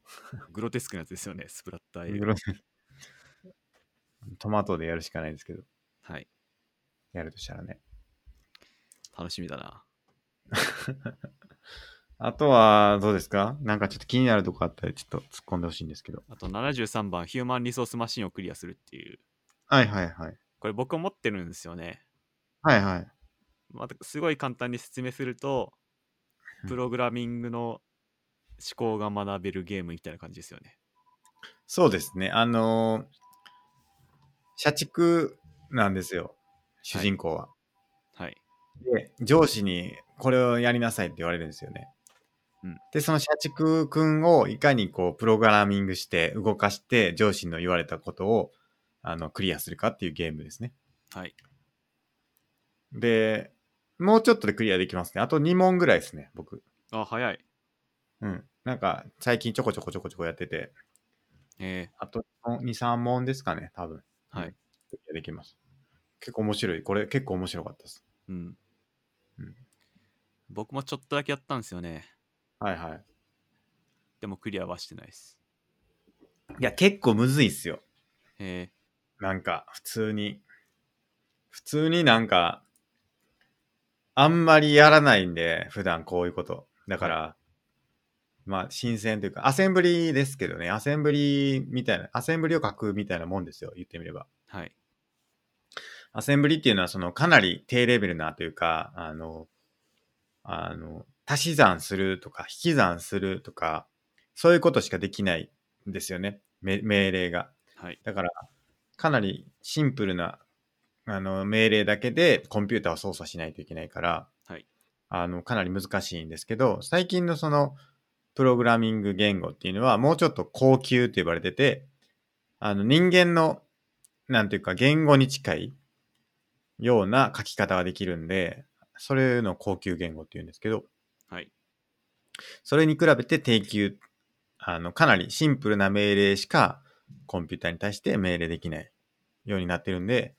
Speaker 2: グロテスクなやつですよね、スプラッター映
Speaker 1: グ
Speaker 2: 画。
Speaker 1: ロトマトでやるしかないですけど、
Speaker 2: はい。
Speaker 1: やるとしたらね。
Speaker 2: 楽しみだな。
Speaker 1: あとは、どうですかなんかちょっと気になるとこあったらちょっと突っ込んでほしいんですけど。
Speaker 2: あと73番、ヒューマンリソースマシンをクリアするっていう。
Speaker 1: はいはいはい。
Speaker 2: これ僕持ってるんですよね。
Speaker 1: はいはい。
Speaker 2: またすごい簡単に説明すると、
Speaker 1: うん
Speaker 2: プログラミングの思考が学べるゲームみたいな感じですよね。
Speaker 1: そうですね。あのー社畜なんですよ。主人公は。
Speaker 2: はい。
Speaker 1: で、上司にこれをやりなさいって言われるんですよね。
Speaker 2: うん
Speaker 1: で、その社畜くんをいかにこう、プログラミングして動かして、上司の言われたことを、あの、クリアするかっていうゲームですね。
Speaker 2: はい。
Speaker 1: で、もうちょっとでクリアできますね。あと2問ぐらいですね、僕。
Speaker 2: あ、早い。
Speaker 1: うん。なんか、最近ちょこちょこちょこちょこやってて、
Speaker 2: え
Speaker 1: あと2、3問ですかね、多分。
Speaker 2: ーはい。
Speaker 1: クリアできます。結構面白い。これ結構面白かったです。
Speaker 2: うん。
Speaker 1: うん
Speaker 2: 僕もちょっとだけやったんですよね。
Speaker 1: はいはい。
Speaker 2: でもクリアはしてないです。
Speaker 1: いや、結構むずいっすよ。
Speaker 2: え
Speaker 1: なんか、普通に、普通になんか、あんまりやらないんで、普段こういうこと。だから、まあ、新鮮というか、アセンブリですけどね、アセンブリみたいな、アセンブリを書くみたいなもんですよ、言ってみれば。
Speaker 2: ーはい。
Speaker 1: アセンブリっていうのは、その、かなり低レベルなというか、あの、あの、足し算するとか、引き算するとか、そういうことしかできないんですよね、め命令が。
Speaker 2: はい。
Speaker 1: だから、かなりシンプルな、あの、命令だけでコンピューターを操作しないといけないから、
Speaker 2: はい
Speaker 1: あの、かなり難しいんですけど、最近のその、プログラミング言語っていうのは、もうちょっと高級と呼ばれてて、あの、人間の、なんていうか、言語に近いような書き方ができるんで、それの高級言語っていうんですけど、
Speaker 2: はい。
Speaker 1: それに比べて低級、あの、かなりシンプルな命令しかコンピューターに対して命令できないようになってるんで、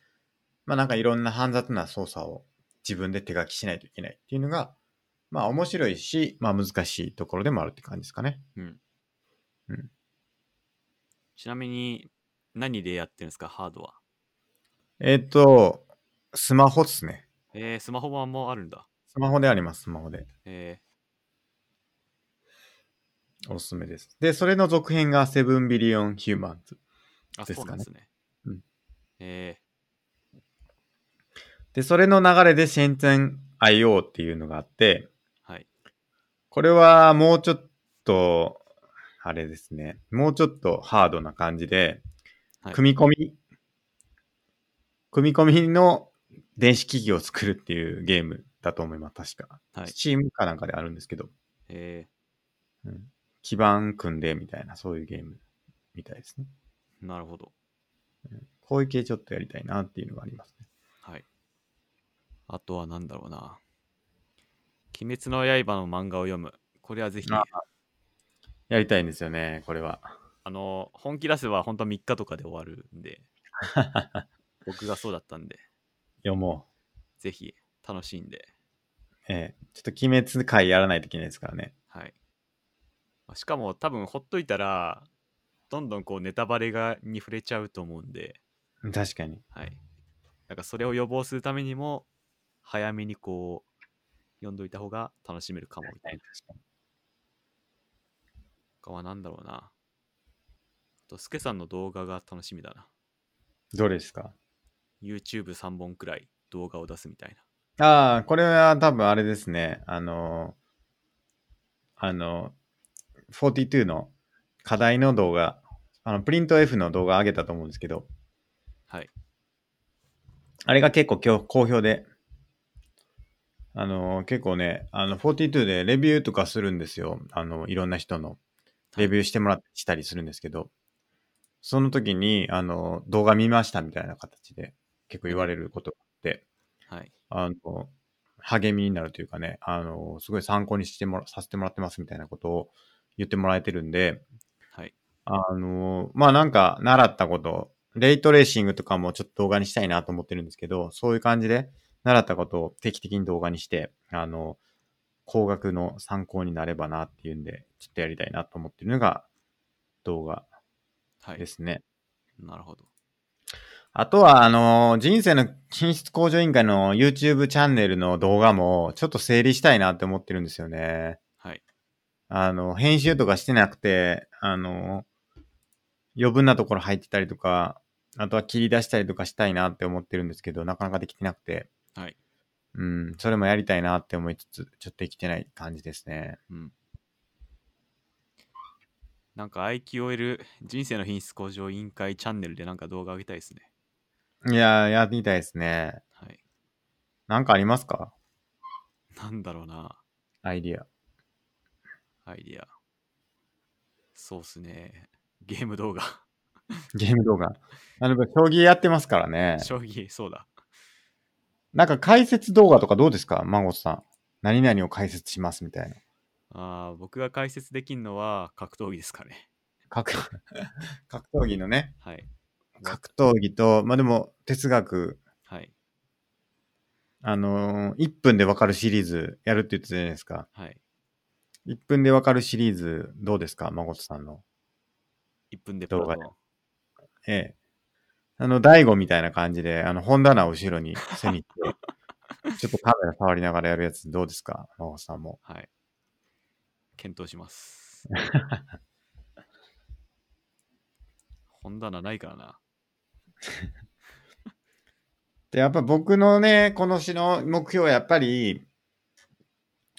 Speaker 1: まあなんかいろんな煩雑な操作を自分で手書きしないといけないっていうのが、まあ面白いし、まあ難しいところでもあるって感じですかね。
Speaker 2: うん。
Speaker 1: うん
Speaker 2: ちなみに、何でやってるんですか、ハードは。
Speaker 1: えっ、と、スマホっすね。
Speaker 2: えー、スマホ版もあるんだ。
Speaker 1: スマホであります、スマホで。
Speaker 2: え
Speaker 1: おすすめです。で、それの続編がセブンビリオンヒューマンズ。
Speaker 2: ー、あ、
Speaker 1: です
Speaker 2: そ
Speaker 1: かね
Speaker 2: うなんですね。
Speaker 1: うん
Speaker 2: え
Speaker 1: で、それの流れでシェンツェン IO っていうのがあって、
Speaker 2: ー、はい。
Speaker 1: これはもうちょっと、あれですね。もうちょっとハードな感じで、
Speaker 2: はい
Speaker 1: 組み込み、組み込みの電子機器を作るっていうゲームだと思います。確か。
Speaker 2: はい
Speaker 1: スチームかなんかであるんですけど、
Speaker 2: え
Speaker 1: うん基盤組んでみたいな、そういうゲームみたいですね。
Speaker 2: ー、なるほど。
Speaker 1: こういう系ちょっとやりたいなっていうのがありますね。
Speaker 2: はい。あとは何だろうな。鬼滅の刃の漫画を読む。これはぜひ、
Speaker 1: あ
Speaker 2: あ
Speaker 1: やりたいんですよね、これは。 (laughs)
Speaker 2: の、本気出せば本当は3日とかで終わるんで、僕がそうだったんで、
Speaker 1: 読もう。
Speaker 2: ぜひ楽しんで、
Speaker 1: ええちょっと鬼滅回やらないといけないですからね。
Speaker 2: はい。まあしかも多分ほっといたら、どんどんこうネタバレがに触れちゃうと思うんで、
Speaker 1: 確かに。
Speaker 2: はい。なんかそれを予防するためにも、早めにこう、読んどいた方が楽しめるかも。
Speaker 1: はい
Speaker 2: 他は何だろうな。と、スケさんの動画が楽しみだな。
Speaker 1: どれですか
Speaker 2: YouTube3 本くらい動画を出すみたい
Speaker 1: ああ、これは多分あれですね。あのー、あのー、42の課題の動画、あの、プリント F の動画上げたと思うんですけど、
Speaker 2: な。はい。
Speaker 1: あれが結構今日好評で、あのー、結構ね、あの、42でレビューとかするんですよ。あの、いろんな人の。レビューしてもらったりしたりするんですけど、その時に、あの、動画見ましたみたいな形で結構言われることがあって、
Speaker 2: はい。
Speaker 1: あの、励みになるというかね、あの、すごい参考にしてもら、させてもらってますみたいなことを言ってもらえてるんで、
Speaker 2: はい。
Speaker 1: あの、まあ、なんか、習ったこと、レイトレーシングとかもちょっと動画にしたいなと思ってるんですけど、そういう感じで、習ったことを定期的に動画にして、あの、工学の参考になればなっていうんで、ちょっとやりたいなと思ってるのが動画
Speaker 2: はい。
Speaker 1: ですね。
Speaker 2: なるほど。
Speaker 1: あとは、あのー人生の品質向上委員会の YouTube チャンネルの動画も、ちょっと整理したいなって思ってるんですよね。
Speaker 2: はい。
Speaker 1: あの、編集とかしてなくて、あの、余分なところ入ってたりとか、あとは切り出したりとかしたいなって思ってるんですけど、なかなかできてなくて、
Speaker 2: はい。
Speaker 1: うん、それもやりたいなって思いつつ、ちょっとできてない感じですね。
Speaker 2: うん。なんか IQL 人生の品質向上委員会チャンネルでなんか動画上げたいですね。
Speaker 1: いやー、やりたいですね。
Speaker 2: はい。
Speaker 1: なんかありますか
Speaker 2: なんだろうな。
Speaker 1: アイディア。
Speaker 2: アイディア。そうっすね。ゲーム動画。
Speaker 1: ゲーム動画。あの、将棋やってますからね。
Speaker 2: (laughs) 将棋、そうだ。
Speaker 1: なんか解説動画とかどうですかマンゴスさん。何々を解説しますみたいな。
Speaker 2: あー僕が解説できるのは格闘技ですかね。
Speaker 1: 格格闘技のね。
Speaker 2: はい。
Speaker 1: 格闘技と、まあ、でも哲学、
Speaker 2: はい。
Speaker 1: あのー、1分でわかるシリーズやるって言ってたじゃないですか。
Speaker 2: はい。
Speaker 1: 1分でわかるシリーズどうですか誠さんの。
Speaker 2: 1分でプラ
Speaker 1: 動画
Speaker 2: トン。
Speaker 1: ええ。あの、大悟みたいな感じで、あの、本棚を後ろに背にして、ちょっとカメラ触りながらやるやつどうですか誠さんも。
Speaker 2: はい。検討します。本棚ないからな。
Speaker 1: で、やっぱ僕のね、この詩の目標はやっぱり、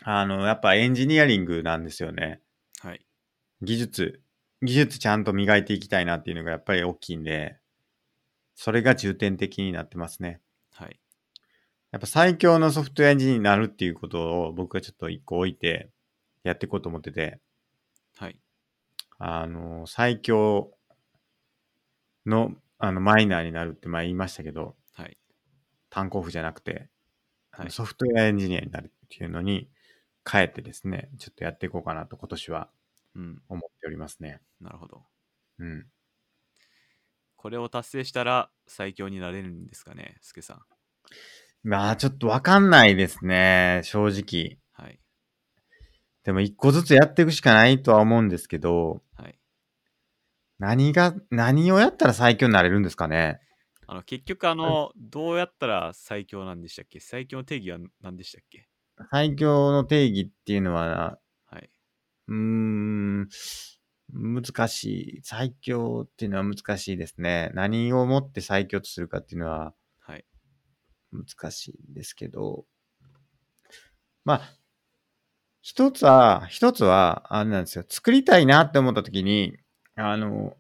Speaker 1: あの、やっぱエンジニアリングなんですよね。
Speaker 2: はい。
Speaker 1: 技術、技術ちゃんと磨いていきたいなっていうのがやっぱり大きいんで、それが重点的になってますね。
Speaker 2: はい。
Speaker 1: やっぱ最強のソフトウェアエンジニアになるっていうことを僕はちょっと一個置いてやっていこうと思ってて、
Speaker 2: はい。
Speaker 1: あの、最強の、あの、マイナーになるって前言いましたけど、
Speaker 2: はい。
Speaker 1: 単行譜じゃなくて、あ
Speaker 2: は
Speaker 1: の
Speaker 2: い
Speaker 1: ソフトウェアエンジニアになるっていうのに変えてですね、ちょっとやっていこうかなと今年は
Speaker 2: うん。
Speaker 1: 思っておりますね。
Speaker 2: なるほど。
Speaker 1: うん。
Speaker 2: これを達成したら最強になれるんですかね、すけさん。
Speaker 1: まあ、ちょっとわかんないですね、正直。
Speaker 2: はい。
Speaker 1: でも一個ずつやっていくしかないとは思うんですけど、
Speaker 2: はい。
Speaker 1: 何が、何をやったら最強になれるんですかね
Speaker 2: あの、結局、あの、どうやったら最強なんでしたっけ最強の定義は何でしたっけ
Speaker 1: 最強の定義っていうのは、
Speaker 2: はい。
Speaker 1: うーん、難しい。最強っていうのは難しいですね。何をもって最強とするかっていうのは
Speaker 2: はい。
Speaker 1: 難しいんですけど、まあ、一つは、一つは、あれなんですよ。作りたいなって思った時に、あの、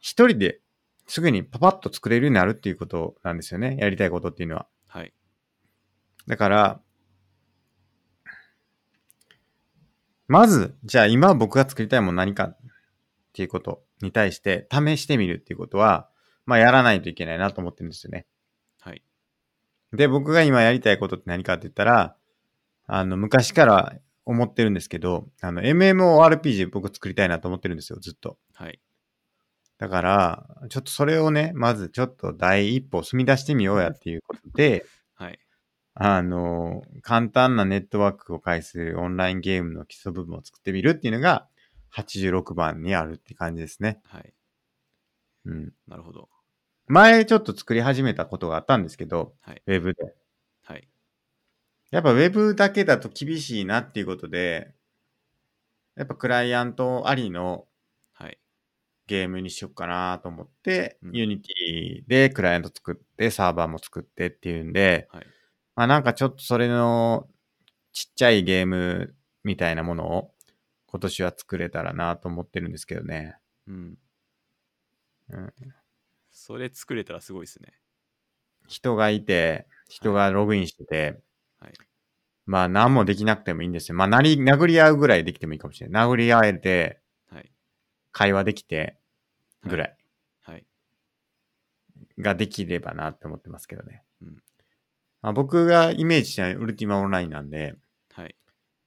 Speaker 1: 一人ですぐにパパッと作れるようになるっていうことなんですよね。やりたいことっていうのは。
Speaker 2: はい。
Speaker 1: だから、まず、じゃあ今僕が作りたいもの何かっていうことに対して試してみるっていうことは、まあやらないといけないなと思ってるんですよね。
Speaker 2: はい。
Speaker 1: で、僕が今やりたいことって何かって言ったら、あの、昔から思ってるんですけど、あの、MMORPG 僕作りたいなと思ってるんですよ、ずっと。
Speaker 2: はい。
Speaker 1: だから、ちょっとそれをね、まずちょっと第一歩踏み出してみようやっていうことで、
Speaker 2: はい。
Speaker 1: あの、簡単なネットワークを介するオンラインゲームの基礎部分を作ってみるっていうのが、86番にあるって感じですね。
Speaker 2: はい。
Speaker 1: うん。
Speaker 2: なるほど。
Speaker 1: 前ちょっと作り始めたことがあったんですけど、
Speaker 2: はい。
Speaker 1: ウェブで。
Speaker 2: はい。
Speaker 1: やっぱウェブだけだと厳しいなっていうことで、やっぱクライアントありの
Speaker 2: はい。
Speaker 1: ゲームにしようかなと思って、
Speaker 2: うん
Speaker 1: ユニティでクライアント作って、サーバーも作ってっていうんで、
Speaker 2: はい。
Speaker 1: まあなんかちょっとそれのちっちゃいゲームみたいなものを今年は作れたらなと思ってるんですけどね。
Speaker 2: うん。
Speaker 1: うん
Speaker 2: それ作れたらすごいですね。
Speaker 1: 人がいて、人がログインしてて、
Speaker 2: はい
Speaker 1: まあ何もできなくてもいいんですよ。まあなり、殴り合うぐらいできてもいいかもしれない。殴り合えて、
Speaker 2: はい。
Speaker 1: 会話できてぐらい
Speaker 2: はい。
Speaker 1: ができればなって思ってますけどね。
Speaker 2: うん
Speaker 1: まあ、僕がイメージしたウルティマオンラインなんで、
Speaker 2: はい。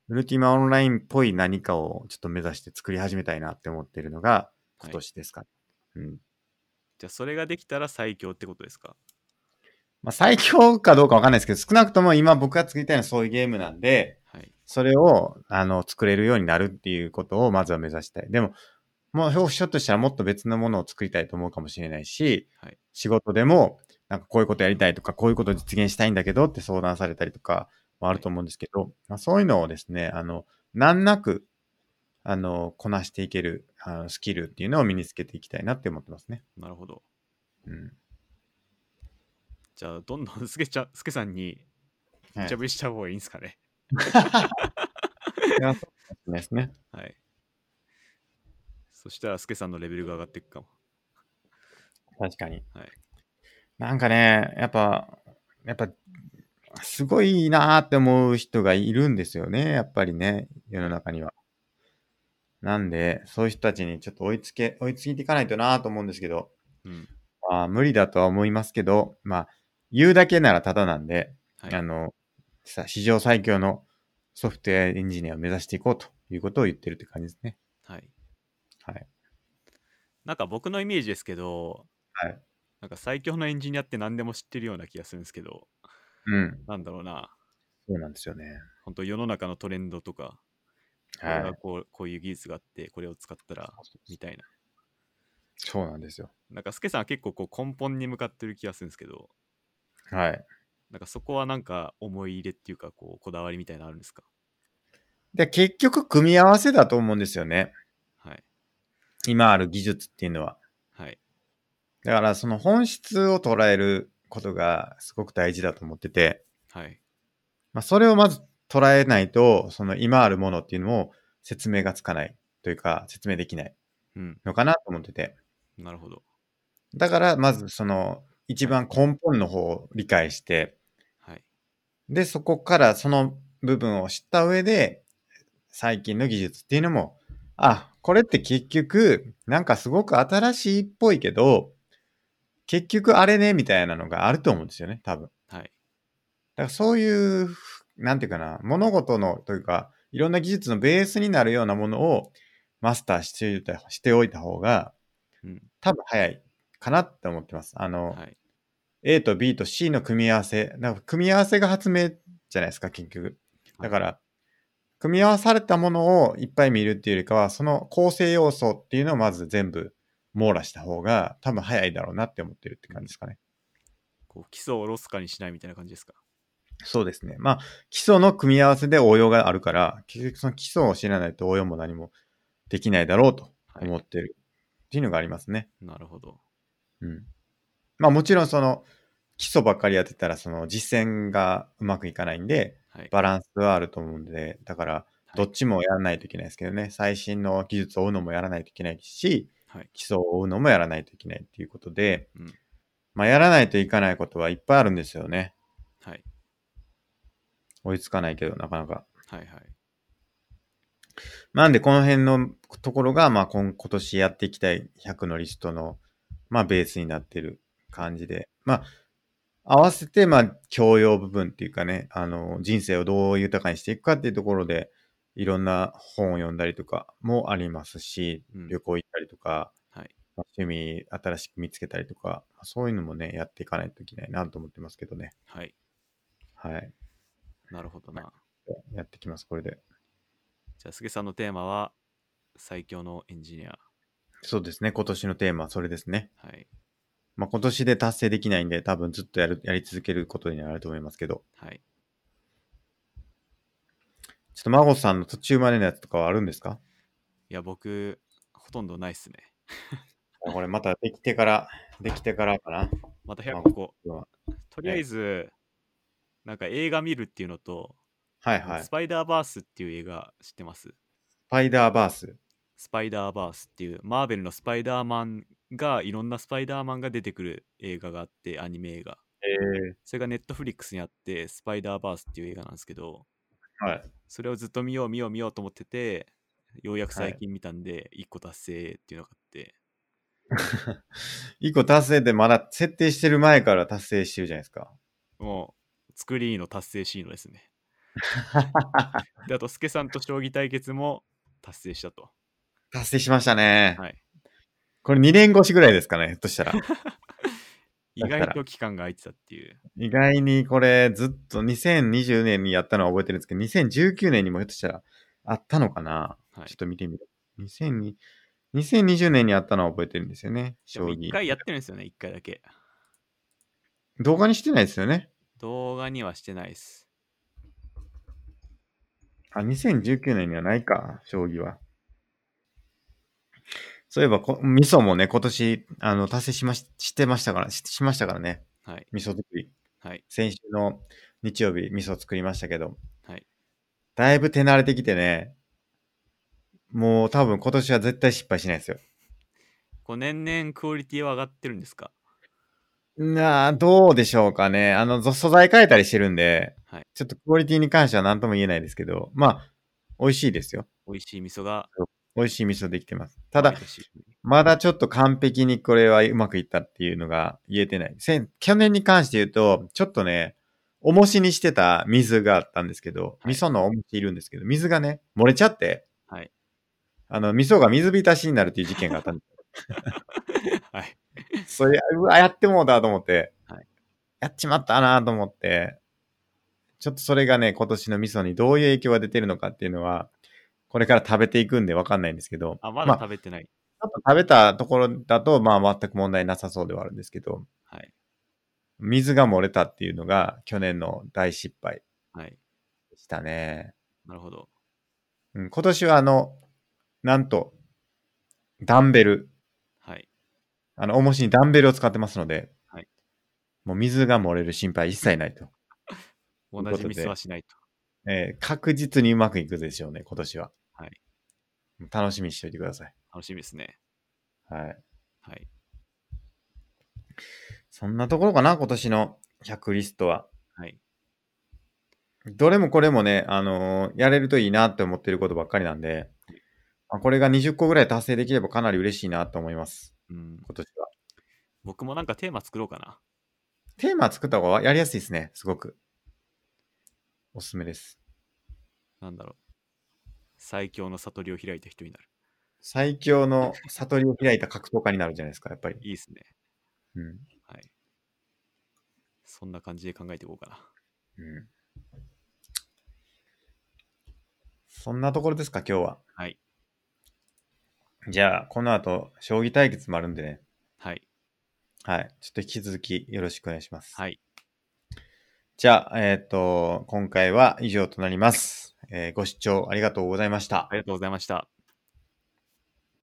Speaker 1: ウルティマオンラインっぽい何かをちょっと目指して作り始めたいなって思ってるのが今年ですか、うん。
Speaker 2: じゃあ、それができたら最強ってことですか
Speaker 1: まあ、最強かどうかわかんないですけど、少なくとも今僕が作りたいのはそういうゲームなんで、
Speaker 2: はい。
Speaker 1: それを、あの、作れるようになるっていうことをまずは目指したい。でも、もう、ひょっとしたらもっと別のものを作りたいと思うかもしれないし、
Speaker 2: はい
Speaker 1: 仕事でも、なんかこういうことやりたいとか、こういうことを実現したいんだけどって相談されたりとかもあると思うんですけど、まあ、そういうのをですね、あの、難なく、あの、こなしていける、あの、スキルっていうのを身につけていきたいなって思ってますね。
Speaker 2: なるほど。
Speaker 1: うん。
Speaker 2: じゃあ、どんどんすけ (laughs) ちゃ、すけさんに、
Speaker 1: はい
Speaker 2: 無茶ぶりした方がいいんですかね。
Speaker 1: いやそうですね。
Speaker 2: はい。そしたら、すけさんのレベルが上がっていくかも。
Speaker 1: 確かに。
Speaker 2: はい
Speaker 1: なんかね、やっぱ、やっぱ、すごいなーって思う人がいるんですよね、やっぱりね、世の中には。なんで、そういう人たちにちょっと追いつけ、追いついていかないとなーと思うんですけど、
Speaker 2: うん。
Speaker 1: まあ、無理だとは思いますけど、まあ、言うだけならただなんで、
Speaker 2: は
Speaker 1: あ
Speaker 2: い。
Speaker 1: の、さ、史上最強のソフトウェアエンジニアを目指していこうということを言ってるって感じですね。
Speaker 2: はい、
Speaker 1: はい。
Speaker 2: なんか僕のイメージですけど、
Speaker 1: はい。
Speaker 2: なんか最強のエンジニアって何でも知ってるような気がするんですけど、
Speaker 1: うん。
Speaker 2: なんだろうな、
Speaker 1: そうなんですよね。
Speaker 2: 本当世の中のトレンドとか、これ
Speaker 1: は
Speaker 2: が
Speaker 1: い。
Speaker 2: こうこういう技術があって、これを使ったら、みたいな。
Speaker 1: そうなんですよ。
Speaker 2: なんか、すけさんは結構こう根本に向かってる気がするんですけど、
Speaker 1: はい。
Speaker 2: なんかそこはなんか思い入れっていうか、こう、こだわりみたいなのあるんですか
Speaker 1: で、結局、組み合わせだと思うんですよね。
Speaker 2: はい。
Speaker 1: 今ある技術っていうのは。
Speaker 2: はい。
Speaker 1: だから、その本質を捉えることがすごく大事だと思ってて、
Speaker 2: はい。
Speaker 1: まあ、それをまず捉えないと、その今あるものっていうのを説明がつかないというか、説明できない
Speaker 2: うん。
Speaker 1: のかなと思ってて。
Speaker 2: なるほど。
Speaker 1: だから、まずその一番根本の方を理解して、
Speaker 2: はい。
Speaker 1: で、そこからその部分を知った上で、最近の技術っていうのも、あ、これって結局、なんかすごく新しいっぽいけど、結局あれね、みたいなのがあると思うんですよね、多分。だ
Speaker 2: はい。
Speaker 1: からそういう、なんていうかな、物事の、というか、いろんな技術のベースになるようなものをマスターしておいたしておいた方が、
Speaker 2: うん。
Speaker 1: 多分早いかなって思ってます。あの、
Speaker 2: はい。
Speaker 1: A と B と C の組み合わせ。なんか組み合わせが発明じゃないですか、結局。だから、組み合わされたものをいっぱい見るっていうよりかは、その構成要素っていうのをまず全部網羅した方が多分早いだろうなって思ってるって感じですかね。
Speaker 2: こう基礎をおろすかにしないみたいな感じですか。
Speaker 1: そうですね。まあ、基礎の組み合わせで応用があるから、結局その基礎を知らないと応用も何もできないだろうと
Speaker 2: はい
Speaker 1: 思ってるっていうのがありますね。
Speaker 2: なるほど。
Speaker 1: うん。まあもちろんその基礎ばっかりやってたらその実践がうまくいかないんで、
Speaker 2: はい。
Speaker 1: バランスはあると思うんで、だから、どっちもやらないといけないですけどね、最新の技術を追うのもやらないといけないし、
Speaker 2: はい。
Speaker 1: 基礎を追うのもやらないといけないっていうことで、
Speaker 2: うん
Speaker 1: まあ、やらないといかないことはいっぱいあるんですよね。
Speaker 2: はい。
Speaker 1: 追いつかないけど、なかなか。
Speaker 2: はい。はい。
Speaker 1: なんで、この辺のところが、まあ今、今年やっていきたい100のリストの、まあ、ベースになってる感じで、まあ、合わせて、まあ、教養部分っていうかね、あの、人生をどう豊かにしていくかっていうところで、いろんな本を読んだりとかもありますし、
Speaker 2: うん
Speaker 1: 旅行行ったりとか、
Speaker 2: はい
Speaker 1: まあ趣味新しく見つけたりとか、そういうのもね、やっていかないといけないなと思ってますけどね。
Speaker 2: はい。
Speaker 1: はい。
Speaker 2: なるほどな。
Speaker 1: やってきます、これで。
Speaker 2: じゃあ、すげさんのテーマは、最強のエンジニア。
Speaker 1: そうですね、今年のテーマはそれですね。
Speaker 2: はい。
Speaker 1: まあ、今年で達成できないんで、多分ずっとやる、やり続けることになると思いますけど、
Speaker 2: はい。
Speaker 1: ちょっと孫さんの途中までのやつとかはあるんですか
Speaker 2: いや、僕、ほとんどないっすね。
Speaker 1: あこれまたできてから、できてからかな。
Speaker 2: また
Speaker 1: まあ
Speaker 2: 100個
Speaker 1: 僕は。
Speaker 2: とりあえず、なんか映画見るっていうのと、
Speaker 1: はいはい。
Speaker 2: ス
Speaker 1: ス
Speaker 2: パイダーバースっていう映画知ってます
Speaker 1: パイダーバース。
Speaker 2: スパイダーバースっていう、マーベルのスパイダーマンが、いろんなスパイダーマンが出てくる映画があって、アニメ映画。
Speaker 1: え
Speaker 2: それがネットフリックスにあって、スパイダーバースっていう映画なんですけど、
Speaker 1: はい。
Speaker 2: それをずっと見よう見よう見ようと思ってて、ようやく
Speaker 1: はい
Speaker 2: 最近見たんで、一個達成っていうのがあって、
Speaker 1: 一個達成でまだ設定してる前から達成してるじゃないですか。
Speaker 2: もう、作りの達成シーンのですね。で、あと、スケさんと将棋対決も達成したと。
Speaker 1: 達成しましたね。
Speaker 2: はい。
Speaker 1: (laughs) これ2年越しぐらいですかね、ひょっとしたら。
Speaker 2: 意外と期間が空いてたっていう。
Speaker 1: 意外にこれずっと2020年にやったのは覚えてるんですけど、2019年にもひょっとしたらあったのかな、
Speaker 2: はい
Speaker 1: ちょっと見てみる。2002 2020年にあったのは覚えてるんですよね、
Speaker 2: し
Speaker 1: 将
Speaker 2: かも一
Speaker 1: 棋。
Speaker 2: 回やってるんですよね、一回だけ。
Speaker 1: 動画にしてないですよね。
Speaker 2: 動画にはしてないです。
Speaker 1: あ、2019年にはないか、将棋は。そういえばこ、味噌もね、今年、あの、達成しまし、してましたから、ししましたからね。
Speaker 2: はい。
Speaker 1: 味噌作り。
Speaker 2: はい。
Speaker 1: 先週の日曜日、味噌作りましたけど。
Speaker 2: はい。
Speaker 1: だいぶ手慣れてきてね、もう多分今年は絶対失敗しないですよ。
Speaker 2: こう年々クオリティは上がってるんですか
Speaker 1: なあ、どうでしょうかね。あの、ぞ素材変えたりしてるんで、
Speaker 2: はい
Speaker 1: ちょっとクオリティに関しては何とも言えないですけど、まあ、美味しいですよ。
Speaker 2: 美味しい味噌が。
Speaker 1: 美味しい味噌できてます。ただ
Speaker 2: 毎、年
Speaker 1: まだちょっと完璧にこれはうまくいったっていうのが言えてない。せん去年に関して言うと、ちょっとね、重しにしてた水があったんですけど、
Speaker 2: はい
Speaker 1: 味噌の重しいるんですけど、水がね、漏れちゃって、
Speaker 2: はい
Speaker 1: あの、味噌が水浸しになるっていう事件があったんです
Speaker 2: (laughs) はい。
Speaker 1: それ、うわ、やってもうたと思って、
Speaker 2: はい
Speaker 1: やっちまったなと思って、ちょっとそれがね、今年の味噌にどういう影響が出てるのかっていうのは、これから食べていくんでわかんないんですけど、
Speaker 2: あ、ま
Speaker 1: ま
Speaker 2: だ
Speaker 1: あ、ちょ
Speaker 2: 食べてない。
Speaker 1: っと食べたところだと、まあ全く問題なさそうではあるんですけど、
Speaker 2: はい。
Speaker 1: 水が漏れたっていうのが去年の大失敗
Speaker 2: はい。
Speaker 1: でしたね。
Speaker 2: なるほど。
Speaker 1: うん、今年はあの、なんと、ダンベル、
Speaker 2: はい。
Speaker 1: あの、重しにダンベルを使ってますので、
Speaker 2: はい
Speaker 1: もう水が漏れる心配一切ないと。
Speaker 2: 同
Speaker 1: ということ
Speaker 2: じ
Speaker 1: で
Speaker 2: 味噌はしないと。
Speaker 1: えー確実にうまくいくでしょうね、今年は。
Speaker 2: はい。
Speaker 1: 楽しみにしておいてください。
Speaker 2: 楽しみですね。
Speaker 1: はい。
Speaker 2: はい。
Speaker 1: そんなところかな、今年の100リストは。
Speaker 2: はい。
Speaker 1: どれもこれもね、あのーやれるといいなって思ってることばっかりなんで、まあ、これが20個ぐらい達成できればかなり嬉しいなと思います、
Speaker 2: うん。
Speaker 1: 今年は。
Speaker 2: 僕もなんかテーマ作ろうかな。
Speaker 1: テーマ作った方がやりやすいですね、すごく。おすすめです。
Speaker 2: なんだろう。最強の悟りを開いた人になる。
Speaker 1: 最強の悟りを開いた格闘家になるじゃないですか、やっぱり。
Speaker 2: いいですね。
Speaker 1: うん。
Speaker 2: はい。そんな感じで考えていこうかな。
Speaker 1: うん、そんなところですか、今日は。
Speaker 2: はい。
Speaker 1: じゃあ、この後、将棋対決もあるんでね。
Speaker 2: はい。
Speaker 1: はい。ちょっと引き続きよろしくお願いします。
Speaker 2: はい。
Speaker 1: じゃあ、えっ、と、今回は以上となります。えーご視聴ありがとうございました
Speaker 2: あ。りがとうございました。